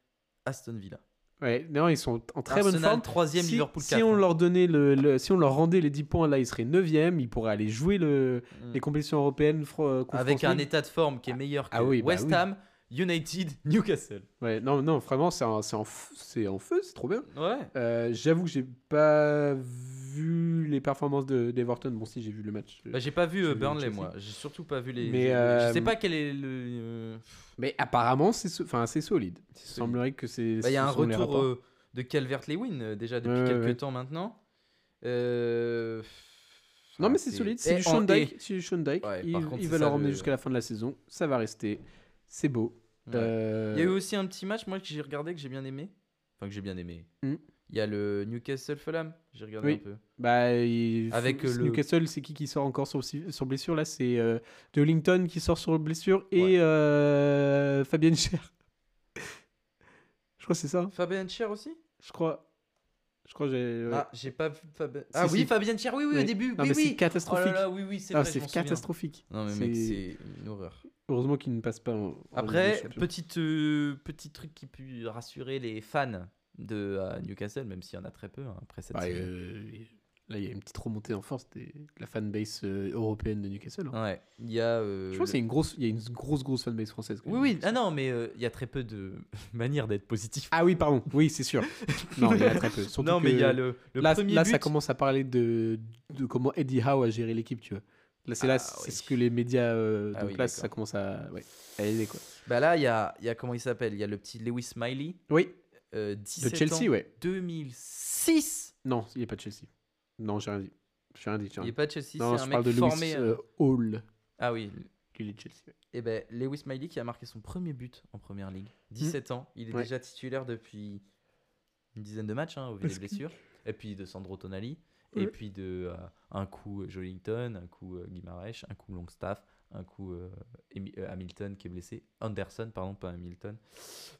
[SPEAKER 6] Aston Villa.
[SPEAKER 5] Ouais, non, ils sont en très bonne
[SPEAKER 6] Arsenal,
[SPEAKER 5] forme.
[SPEAKER 6] troisième,
[SPEAKER 5] si,
[SPEAKER 6] Liverpool hein.
[SPEAKER 5] si
[SPEAKER 6] 4.
[SPEAKER 5] on leur donnait le, le- si on leur rendait les 10 points là, ils seraient 9e, ils pourraient aller jouer le,
[SPEAKER 6] Mm.
[SPEAKER 5] les compétitions européennes euh, fro- Conference
[SPEAKER 6] Avec un
[SPEAKER 5] League.
[SPEAKER 6] état de forme qui est meilleur que
[SPEAKER 5] Ah oui, bah
[SPEAKER 6] West
[SPEAKER 5] oui.
[SPEAKER 6] Ham, United, [LAUGHS] Newcastle.
[SPEAKER 5] Ouais, non non, vraiment c'est en, c'est en f- c'est en feu, c'est trop bien.
[SPEAKER 6] Ouais.
[SPEAKER 5] Euh, j'avoue que j'ai pas vu les performances de d'Everton. Bon si, j'ai vu le match.
[SPEAKER 6] Bah, j'ai pas vu euh,
[SPEAKER 5] J'ai vu
[SPEAKER 6] Burnley,
[SPEAKER 5] Chelsea.
[SPEAKER 6] moi. J'ai surtout pas vu les.
[SPEAKER 5] Mais,
[SPEAKER 6] je-
[SPEAKER 5] euh,
[SPEAKER 6] Je sais pas quel est le. euh,
[SPEAKER 5] Mais apparemment c'est so- enfin c'est solide.
[SPEAKER 6] c'est
[SPEAKER 5] Il
[SPEAKER 6] celui-
[SPEAKER 5] semblerait que c'est
[SPEAKER 6] Bah, Il y a
[SPEAKER 5] ce
[SPEAKER 6] un
[SPEAKER 5] sont les
[SPEAKER 6] retour
[SPEAKER 5] rapports.
[SPEAKER 6] euh, de Calvert-Lewin euh, déjà depuis
[SPEAKER 5] Ouais, ouais,
[SPEAKER 6] quelques
[SPEAKER 5] ouais.
[SPEAKER 6] temps maintenant. Euh,
[SPEAKER 5] Non
[SPEAKER 6] ah,
[SPEAKER 5] mais c'est solide, c'est
[SPEAKER 6] et
[SPEAKER 5] du
[SPEAKER 6] en-
[SPEAKER 5] Sean
[SPEAKER 6] et-
[SPEAKER 5] Dyke, c'est du Sean Dyke.
[SPEAKER 6] Ouais, par
[SPEAKER 5] il,
[SPEAKER 6] contre,
[SPEAKER 5] il
[SPEAKER 6] c'est
[SPEAKER 5] va
[SPEAKER 6] ça,
[SPEAKER 5] le ramener
[SPEAKER 6] le-
[SPEAKER 5] jusqu'à la fin de la saison, ça va rester. C'est beau.
[SPEAKER 6] Ouais.
[SPEAKER 5] Euh,
[SPEAKER 6] Il y a eu aussi un petit match, moi, que j'ai regardé, que j'ai bien aimé. Enfin, que j'ai bien aimé.
[SPEAKER 5] Hmm.
[SPEAKER 6] Il y a le Newcastle Fulham, j'ai regardé
[SPEAKER 5] Oui.
[SPEAKER 6] un peu.
[SPEAKER 5] Bah, il-
[SPEAKER 6] Avec,
[SPEAKER 5] faut-
[SPEAKER 6] euh, le-
[SPEAKER 5] Newcastle, c'est qui qui sort encore sur, sur blessure là C'est euh, De Lington qui sort sur blessure et
[SPEAKER 6] Ouais.
[SPEAKER 5] euh, Fabienne Cher. Je crois que c'est ça. hein.
[SPEAKER 6] Fabien Cher aussi
[SPEAKER 5] Je crois. Je crois que j'ai. ouais.
[SPEAKER 6] Ah, j'ai pas vu Fabien. Ah
[SPEAKER 5] si.
[SPEAKER 6] oui, Fabien Cher, oui, oui,
[SPEAKER 5] Ouais.
[SPEAKER 6] au début.
[SPEAKER 5] Non,
[SPEAKER 6] oui,
[SPEAKER 5] mais c'est
[SPEAKER 6] oui.
[SPEAKER 5] catastrophique.
[SPEAKER 6] Oh là là, oui, oui, c'est
[SPEAKER 5] Ah,
[SPEAKER 6] vrai, je
[SPEAKER 5] c'est
[SPEAKER 6] m'en souviens.
[SPEAKER 5] catastrophique.
[SPEAKER 6] Non, mais mec,
[SPEAKER 5] C'est-
[SPEAKER 6] c'est une horreur.
[SPEAKER 5] Heureusement qu'il ne passe pas. en- en
[SPEAKER 6] Après,
[SPEAKER 5] Ligue des Champions.
[SPEAKER 6] petite, euh, petit truc qui peut rassurer les fans de euh, Newcastle, même s'il y en a très peu hein, après cette
[SPEAKER 5] Bah,
[SPEAKER 6] saison.
[SPEAKER 5] euh, là, il y a une petite remontée en force des- de la fanbase euh, européenne de Newcastle. hein.
[SPEAKER 6] Ouais, il y a. euh,
[SPEAKER 5] Je pense
[SPEAKER 6] Ah, le-
[SPEAKER 5] qu'il y a une grosse, il y a une grosse, grosse fanbase française. quand
[SPEAKER 6] Oui,
[SPEAKER 5] même.
[SPEAKER 6] oui, ah non, mais euh, il y a très peu de [LAUGHS] manières d'être positif.
[SPEAKER 5] Ah oui, pardon. Oui, c'est sûr. [LAUGHS] non, il y en a très peu. Surtout
[SPEAKER 6] non, mais il y
[SPEAKER 5] que-
[SPEAKER 6] a le, le
[SPEAKER 5] là,
[SPEAKER 6] premier
[SPEAKER 5] là, ça
[SPEAKER 6] but.
[SPEAKER 5] commence à parler de, de comment Eddie Howe a géré l'équipe, tu vois. Là, c'est là,
[SPEAKER 6] Ah,
[SPEAKER 5] c'est
[SPEAKER 6] oui.
[SPEAKER 5] ce que les médias. euh,
[SPEAKER 6] Ah
[SPEAKER 5] donc
[SPEAKER 6] oui,
[SPEAKER 5] là,
[SPEAKER 6] d'accord.
[SPEAKER 5] ça commence à, ouais, à aider, quoi.
[SPEAKER 6] Bah là, il y a, il y a comment il s'appelle Il y a le petit Lewis Smiley,
[SPEAKER 5] Oui,
[SPEAKER 6] euh,
[SPEAKER 5] de
[SPEAKER 6] 17
[SPEAKER 5] Chelsea,
[SPEAKER 6] ans,
[SPEAKER 5] ouais.
[SPEAKER 6] 2006.
[SPEAKER 5] Non, il n'est pas de Chelsea. Non, j'ai rien dit. J'ai rien dit. j'ai
[SPEAKER 6] Il
[SPEAKER 5] rien
[SPEAKER 6] n'est
[SPEAKER 5] dit.
[SPEAKER 6] pas de Chelsea, c'est
[SPEAKER 5] non,
[SPEAKER 6] un
[SPEAKER 5] je
[SPEAKER 6] mec
[SPEAKER 5] parle de Lewis
[SPEAKER 6] formé. hein.
[SPEAKER 5] euh, Hall.
[SPEAKER 6] Ah oui,
[SPEAKER 5] Lui, il est de Chelsea. ouais.
[SPEAKER 6] et ben Lewis Smiley qui a marqué son premier but en première ligue. 17 ans, il est
[SPEAKER 5] Mm. Ouais.
[SPEAKER 6] déjà titulaire depuis une dizaine de matchs hein, au vu des
[SPEAKER 5] Parce que-
[SPEAKER 6] blessures. Et puis de Sandro Tonali,
[SPEAKER 5] Ouais.
[SPEAKER 6] et puis de euh, un coup euh, Jolington, un coup euh, Guimarães, un coup Longstaff, un coup euh, Emi- euh, Hamilton qui est blessé, Anderson pardon pas Hamilton.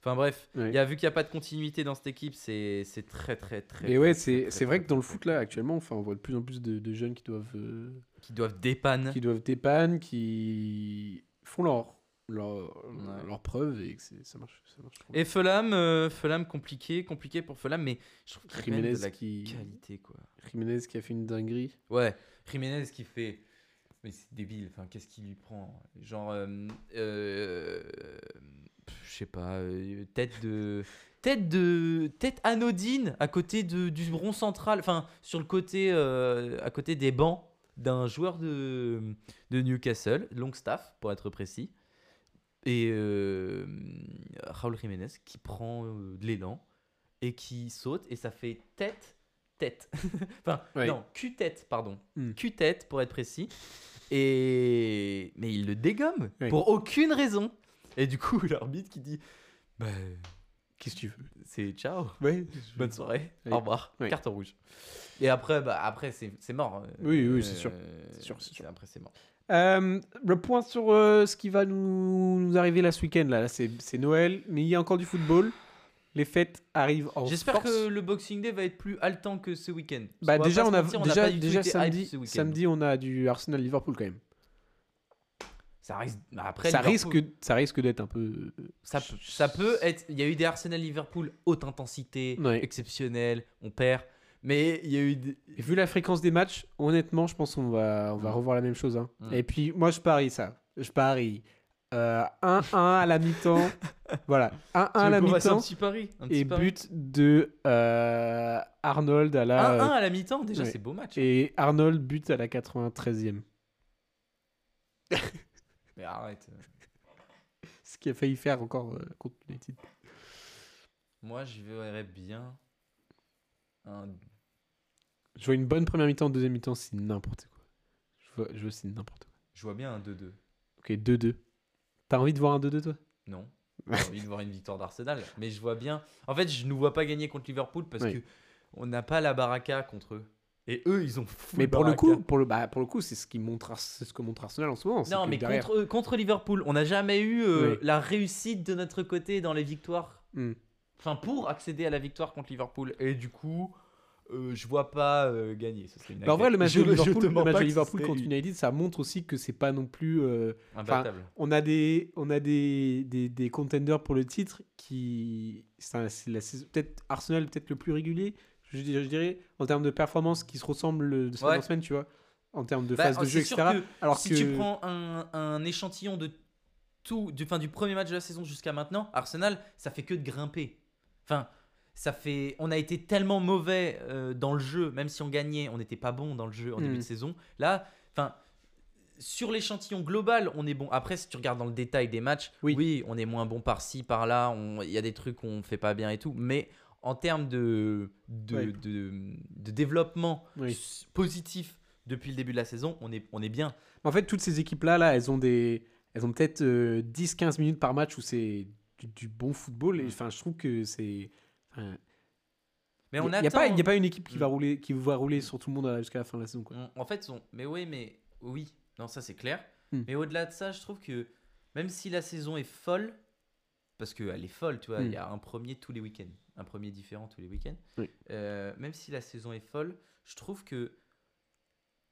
[SPEAKER 6] Enfin bref,
[SPEAKER 5] Ouais.
[SPEAKER 6] il y a vu qu'il n'y a pas de continuité dans cette équipe, c'est c'est très très très.
[SPEAKER 5] Mais
[SPEAKER 6] très,
[SPEAKER 5] ouais,
[SPEAKER 6] très,
[SPEAKER 5] c'est
[SPEAKER 6] très,
[SPEAKER 5] c'est vrai
[SPEAKER 6] très,
[SPEAKER 5] que dans le
[SPEAKER 6] très,
[SPEAKER 5] foot
[SPEAKER 6] très,
[SPEAKER 5] là actuellement, enfin, on voit de plus en plus de, de jeunes qui doivent, euh,
[SPEAKER 6] qui doivent dépanner.
[SPEAKER 5] qui doivent dépanner, qui font leur leur,
[SPEAKER 6] Ouais.
[SPEAKER 5] leur preuve et que c'est- ça marche, ça marche. trop bien.
[SPEAKER 6] Et Fulham, euh, Fulham compliqué, compliqué pour Fulham, mais je trouve qu'il y a quand même
[SPEAKER 5] Jiménez
[SPEAKER 6] de la
[SPEAKER 5] qui
[SPEAKER 6] qualité quoi.
[SPEAKER 5] Jiménez qui a fait une dinguerie.
[SPEAKER 6] Ouais, Jiménez qui fait. Mais c'est débile, enfin, qu'est-ce qui lui prend Genre. euh, euh, pff, je sais pas, euh, tête de. Tête de. Tête anodine à côté de, du rond central, enfin, sur le côté. euh, à côté des bancs d'un joueur de, de Newcastle, Longstaff pour être précis. Et euh, Raúl Jiménez qui prend euh, de l'élan et qui saute et ça fait tête, tête. enfin,
[SPEAKER 5] Ouais.
[SPEAKER 6] non, cul-tête, pardon.
[SPEAKER 5] Hmm.
[SPEAKER 6] Cul-tête pour être précis. Et... Mais il le dégomme
[SPEAKER 5] Ouais.
[SPEAKER 6] pour aucune raison. Et du coup, [LAUGHS] l'arbitre qui dit bah,
[SPEAKER 5] Qu'est-ce que tu veux Hmm.
[SPEAKER 6] c'est ciao,
[SPEAKER 5] Ouais.
[SPEAKER 6] bonne soirée,
[SPEAKER 5] Oui.
[SPEAKER 6] au revoir,
[SPEAKER 5] Oui.
[SPEAKER 6] carton rouge. Et après, bah, après c'est c'est mort.
[SPEAKER 5] Oui, oui, c'est sûr.
[SPEAKER 6] Euh,
[SPEAKER 5] C'est sûr, c'est sûr.
[SPEAKER 6] Après, c'est mort.
[SPEAKER 5] Euh, le point sur euh, ce qui va nous, nous arriver là ce week-end, là, là, c'est c'est Noël, mais il y a encore du football. Les fêtes arrivent en
[SPEAKER 6] J'espère
[SPEAKER 5] force.
[SPEAKER 6] que le Boxing Day va être plus haletant que ce week-end. Parce
[SPEAKER 5] Bah,
[SPEAKER 6] qu'on va
[SPEAKER 5] déjà,
[SPEAKER 6] pas
[SPEAKER 5] on
[SPEAKER 6] se
[SPEAKER 5] a,
[SPEAKER 6] mentir,
[SPEAKER 5] déjà,
[SPEAKER 6] pas du tout
[SPEAKER 5] déjà
[SPEAKER 6] été hype
[SPEAKER 5] samedi,
[SPEAKER 6] ce week-end.
[SPEAKER 5] samedi, on a du Arsenal-Liverpool quand même.
[SPEAKER 6] Ça risque. bah, après,
[SPEAKER 5] ça,
[SPEAKER 6] Liverpool-
[SPEAKER 5] risque, ça risque d'être un peu. euh,
[SPEAKER 6] Ça peut, ça peut être. Il y a eu des Arsenal Liverpool haute intensité,
[SPEAKER 5] Ouais.
[SPEAKER 6] exceptionnelle, on perd. Mais il y a eu. des-
[SPEAKER 5] Et vu la fréquence des matchs, honnêtement, je pense qu'on va, on va
[SPEAKER 6] Mm.
[SPEAKER 5] revoir la même chose. hein.
[SPEAKER 6] Mm.
[SPEAKER 5] Et puis, moi, je parie ça. Je parie euh, 1-1 à la mi-temps.
[SPEAKER 6] [LAUGHS]
[SPEAKER 5] voilà, 1-1 à la
[SPEAKER 6] un
[SPEAKER 5] mi-temps.
[SPEAKER 6] petit pari. Un petit
[SPEAKER 5] Et
[SPEAKER 6] pari.
[SPEAKER 5] but de euh, Arnold à
[SPEAKER 6] 1-1
[SPEAKER 5] la.
[SPEAKER 6] à la mi-temps, déjà,
[SPEAKER 5] ouais.
[SPEAKER 6] c'est beau match.
[SPEAKER 5] Et Arnold but à la 93e.
[SPEAKER 6] Mais arrête. euh,
[SPEAKER 5] Ce qui a failli faire encore euh, contre United.
[SPEAKER 6] Moi, je verrais bien un
[SPEAKER 5] Je vois une bonne première mi-temps, deuxième mi-temps, c'est n'importe quoi. Je vois, je vois c'est n'importe quoi.
[SPEAKER 6] Je vois bien un 2-2.
[SPEAKER 5] Ok, 2-2. T'as envie de voir un 2-2 toi [LAUGHS]
[SPEAKER 6] Non. J'ai envie de voir une victoire d'Arsenal. Mais je vois bien. En fait, je ne nous vois pas gagner contre Liverpool parce
[SPEAKER 5] Oui.
[SPEAKER 6] que on n'a pas la baraka contre eux. Et eux, ils ont fou.
[SPEAKER 5] Mais pour le coup, pour le, bah, pour le coup, c'est ce qui montre, Ars- c'est ce que montre Arsenal en ce moment. c'est
[SPEAKER 6] Non,
[SPEAKER 5] que
[SPEAKER 6] mais
[SPEAKER 5] derrière-
[SPEAKER 6] contre, eux, contre Liverpool, on n'a jamais eu euh,
[SPEAKER 5] Oui.
[SPEAKER 6] la réussite de notre côté dans les victoires.
[SPEAKER 5] Hmm.
[SPEAKER 6] Enfin, pour accéder à la victoire contre Liverpool. Et du coup, euh, je vois pas euh, gagner. Ce serait une
[SPEAKER 5] Bah, en vrai, le match
[SPEAKER 6] Je-
[SPEAKER 5] de
[SPEAKER 6] je
[SPEAKER 5] Liverpool,
[SPEAKER 6] te
[SPEAKER 5] le
[SPEAKER 6] mens
[SPEAKER 5] match
[SPEAKER 6] pas
[SPEAKER 5] de
[SPEAKER 6] que
[SPEAKER 5] Liverpool
[SPEAKER 6] c'était
[SPEAKER 5] contre United, ça montre aussi que c'est pas non plus. euh,
[SPEAKER 6] Imbattable.
[SPEAKER 5] on a des, on a des, des, des contenders pour le titre qui. c'est un- c'est la saison- Peut-être Arsenal, est peut-être le plus régulier, je, dirais- je dirais, en termes de performance qui se ressemble de semaine
[SPEAKER 6] Ouais.
[SPEAKER 5] en semaine, tu vois. En termes de
[SPEAKER 6] Bah,
[SPEAKER 5] phase de
[SPEAKER 6] c'est
[SPEAKER 5] jeu,
[SPEAKER 6] sûr
[SPEAKER 5] etc.
[SPEAKER 6] que
[SPEAKER 5] alors
[SPEAKER 6] si
[SPEAKER 5] que.
[SPEAKER 6] tu prends un, un échantillon de tout, du, enfin, du premier match de la saison jusqu'à maintenant, Arsenal, ça fait que de grimper. Enfin, ça fait, on a été tellement mauvais euh, dans le jeu, même si on gagnait, on n'était pas bon dans le jeu en début
[SPEAKER 5] Mm.
[SPEAKER 6] de saison. Là, enfin, sur l'échantillon global, on est bon. Après, si tu regardes dans le détail des matchs,
[SPEAKER 5] Oui.
[SPEAKER 6] oui, on est moins bon par-ci, par-là. on- Il y a des trucs qu'on fait pas bien et tout, mais en termes de, de,
[SPEAKER 5] Ouais.
[SPEAKER 6] de, de développement
[SPEAKER 5] Oui.
[SPEAKER 6] s- positif depuis le début de la saison, on est, on est bien.
[SPEAKER 5] En fait, toutes ces équipes-là, là, elles ont des, elles ont peut-être euh, 10-15 minutes par match où c'est du, du bon
[SPEAKER 6] Mm.
[SPEAKER 5] football. Et enfin, je trouve que c'est. enfin,
[SPEAKER 6] Mais on
[SPEAKER 5] y a, y a
[SPEAKER 6] attend.
[SPEAKER 5] pas, y a pas une équipe qui va
[SPEAKER 6] Mm.
[SPEAKER 5] rouler, qui va rouler sur tout le monde à la- jusqu'à la fin de la saison. Quoi.
[SPEAKER 6] on- en fait, on- mais oui, mais oui. Non, ça c'est clair.
[SPEAKER 5] Hmm.
[SPEAKER 6] Mais au-delà de ça, je trouve que même si la saison est folle, parce qu'elle est folle, tu vois, il
[SPEAKER 5] Hmm.
[SPEAKER 6] y a un premier tous les week-ends, un premier différent tous les week-ends.
[SPEAKER 5] Oui.
[SPEAKER 6] euh, même si la saison est folle, je trouve que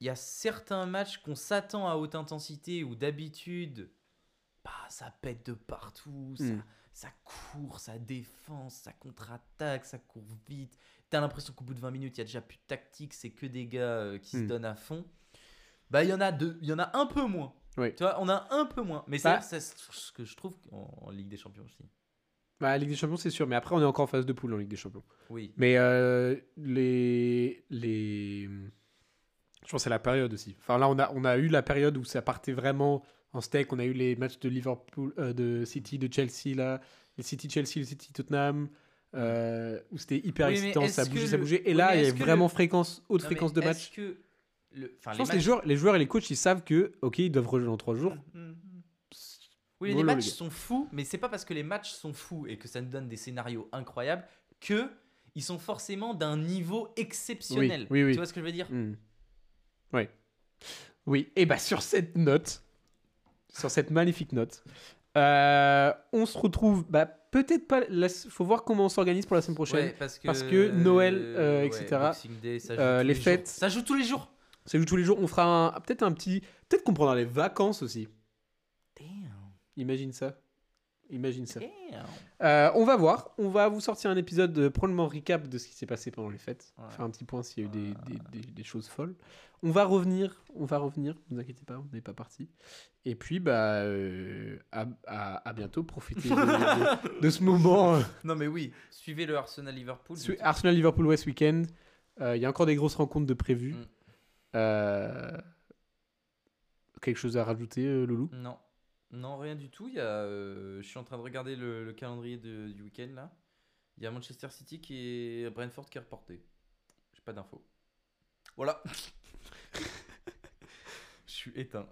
[SPEAKER 6] il y a certains matchs qu'on s'attend à haute intensité où d'habitude, bah, ça pète de partout, ça-
[SPEAKER 5] Hmm.
[SPEAKER 6] ça court, ça défend, ça contre-attaque, ça court vite. T'as l'impression qu'au bout de 20 minutes, il y a déjà plus de tactique, c'est que des gars euh, qui se
[SPEAKER 5] Hmm.
[SPEAKER 6] donnent à fond. Bah, il y en a deux, il y en a un peu moins.
[SPEAKER 5] Oui.
[SPEAKER 6] Tu vois, on a un peu moins. Mais ça,
[SPEAKER 5] Bah-
[SPEAKER 6] c'est ce que je trouve en, en Ligue des Champions aussi.
[SPEAKER 5] Bah, la Ligue des Champions, c'est sûr. Mais après, on est encore en phase de poule en Ligue des Champions.
[SPEAKER 6] Oui.
[SPEAKER 5] Mais euh, les, les, je pense que c'est la période aussi. Enfin, là, on a, on a eu la période où ça partait vraiment en steak. On a eu les matchs de Liverpool, euh, de City, de Chelsea là, les City Chelsea, le City Tottenham. euh, où c'était hyper
[SPEAKER 6] Oui, mais
[SPEAKER 5] excitant, ça
[SPEAKER 6] est-ce que
[SPEAKER 5] bougeait, ça
[SPEAKER 6] le-
[SPEAKER 5] bougeait. Et
[SPEAKER 6] Oui,
[SPEAKER 5] là,
[SPEAKER 6] mais
[SPEAKER 5] il y a
[SPEAKER 6] est-ce que
[SPEAKER 5] vraiment
[SPEAKER 6] le-
[SPEAKER 5] fréquence, haute
[SPEAKER 6] Non,
[SPEAKER 5] fréquence
[SPEAKER 6] mais est-ce
[SPEAKER 5] de match.
[SPEAKER 6] que le- enfin, les
[SPEAKER 5] Je pense que les
[SPEAKER 6] matchs-
[SPEAKER 5] joueurs, les joueurs et les coachs, ils savent que, ok, ils doivent rejoindre dans trois jours.
[SPEAKER 6] Mm. Oui, mais les
[SPEAKER 5] Mollo, les
[SPEAKER 6] matchs
[SPEAKER 5] gars.
[SPEAKER 6] sont fous, mais c'est pas parce que les matchs sont fous et que ça nous donne des scénarios incroyables que ils sont forcément d'un niveau exceptionnel.
[SPEAKER 5] oui, oui.
[SPEAKER 6] Tu vois ce que je veux dire
[SPEAKER 5] Hmm. Oui. Oui, et bah sur cette note, sur cette magnifique note, euh, on se retrouve, bah, peut-être pas, il faut voir comment on s'organise pour la semaine prochaine.
[SPEAKER 6] Ouais, parce, que,
[SPEAKER 5] Parce que Noël, euh,
[SPEAKER 6] ouais,
[SPEAKER 5] etc.,
[SPEAKER 6] Boxing Day, ça joue
[SPEAKER 5] euh,
[SPEAKER 6] tous
[SPEAKER 5] les
[SPEAKER 6] jours.
[SPEAKER 5] fêtes.
[SPEAKER 6] Ça joue tous les jours.
[SPEAKER 5] Ça joue tous les jours, on fera un- peut-être un petit, peut-être qu'on prendra les vacances aussi.
[SPEAKER 6] Damn,
[SPEAKER 5] Imagine ça. Imagine ça.
[SPEAKER 6] damn.
[SPEAKER 5] Euh, on va voir, on va vous sortir un épisode euh, probablement recap de ce qui s'est passé pendant les fêtes.
[SPEAKER 6] Ouais.
[SPEAKER 5] Faire un petit point s'il y a eu des, des- des- des choses folles. On va revenir, on va revenir, ne vous inquiétez pas, on n'est pas parti. Et puis, bah, euh, à, à- à bientôt, profitez de, de- de ce moment.
[SPEAKER 6] [LAUGHS]
[SPEAKER 5] euh,
[SPEAKER 6] Non mais oui, suivez le Arsenal Liverpool.
[SPEAKER 5] su- Ah, Arsenal-Liverpool West Weekend. Euh, Il y a encore des grosses rencontres de prévues.
[SPEAKER 6] Mm.
[SPEAKER 5] Euh, quelque chose à rajouter, euh, Loulou
[SPEAKER 6] Non, non rien du tout. Il y a, euh, je suis en train de regarder le, le calendrier de- du week-end là. Il y a Manchester City qui est Brentford qui est reporté. J'ai pas d'infos. Voilà. [LAUGHS] je suis éteint.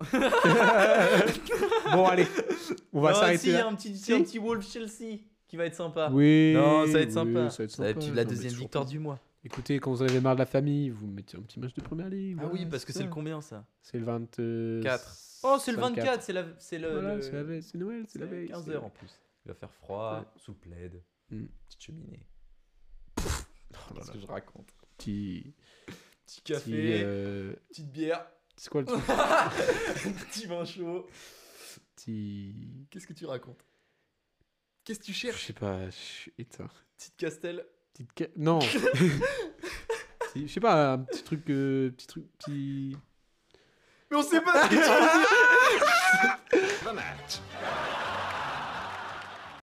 [SPEAKER 5] Bon, allez, [LAUGHS] on va
[SPEAKER 6] Non, si,
[SPEAKER 5] s'arrêter
[SPEAKER 6] Il y
[SPEAKER 5] là.
[SPEAKER 6] a un petit,
[SPEAKER 5] Si.
[SPEAKER 6] un petit Wolf Chelsea qui va être sympa.
[SPEAKER 5] Oui,
[SPEAKER 6] Non, ça va
[SPEAKER 5] oui,
[SPEAKER 6] être sympa.
[SPEAKER 5] ça va être
[SPEAKER 6] Ça va être la
[SPEAKER 5] sympa. Non, mais
[SPEAKER 6] deuxième
[SPEAKER 5] toujours
[SPEAKER 6] victoire
[SPEAKER 5] pas.
[SPEAKER 6] du mois.
[SPEAKER 5] Écoutez, quand vous en avez marre de la famille, vous mettez un petit match de première ligue.
[SPEAKER 6] Ah
[SPEAKER 5] voilà,
[SPEAKER 6] oui, parce que c'est le
[SPEAKER 5] ça.
[SPEAKER 6] combien ça
[SPEAKER 5] C'est le 24.
[SPEAKER 6] 4. Oh, c'est le 24, c'est la, c'est le,
[SPEAKER 5] Voilà,
[SPEAKER 6] le-
[SPEAKER 5] c'est la veille, c'est Noël, c'est la
[SPEAKER 6] c'est
[SPEAKER 5] veille.
[SPEAKER 6] 15
[SPEAKER 5] c'est- Oh
[SPEAKER 6] heures en plus. Il va faire froid,
[SPEAKER 5] Ouais.
[SPEAKER 6] sous plaid,
[SPEAKER 5] Hmm.
[SPEAKER 6] petite cheminée.
[SPEAKER 5] Oh là
[SPEAKER 6] Qu'est-ce
[SPEAKER 5] là.
[SPEAKER 6] que je raconte
[SPEAKER 5] Petit.
[SPEAKER 6] Petit
[SPEAKER 5] petit,
[SPEAKER 6] café,
[SPEAKER 5] euh,
[SPEAKER 6] petite bière,
[SPEAKER 5] C'est quoi le truc
[SPEAKER 6] [LAUGHS] petit vin chaud.
[SPEAKER 5] Petit.
[SPEAKER 6] Qu'est-ce que tu racontes Qu'est-ce que tu
[SPEAKER 5] Je
[SPEAKER 6] cherches
[SPEAKER 5] sais pas, je suis éteint.
[SPEAKER 6] Petite Castel
[SPEAKER 5] Petite. ca-
[SPEAKER 6] [LAUGHS]
[SPEAKER 5] Non [LAUGHS] Petit- Je sais pas, un petit truc. euh, petit truc. Petit.
[SPEAKER 6] Mais on sait pas ce qu'il dit
[SPEAKER 4] the net.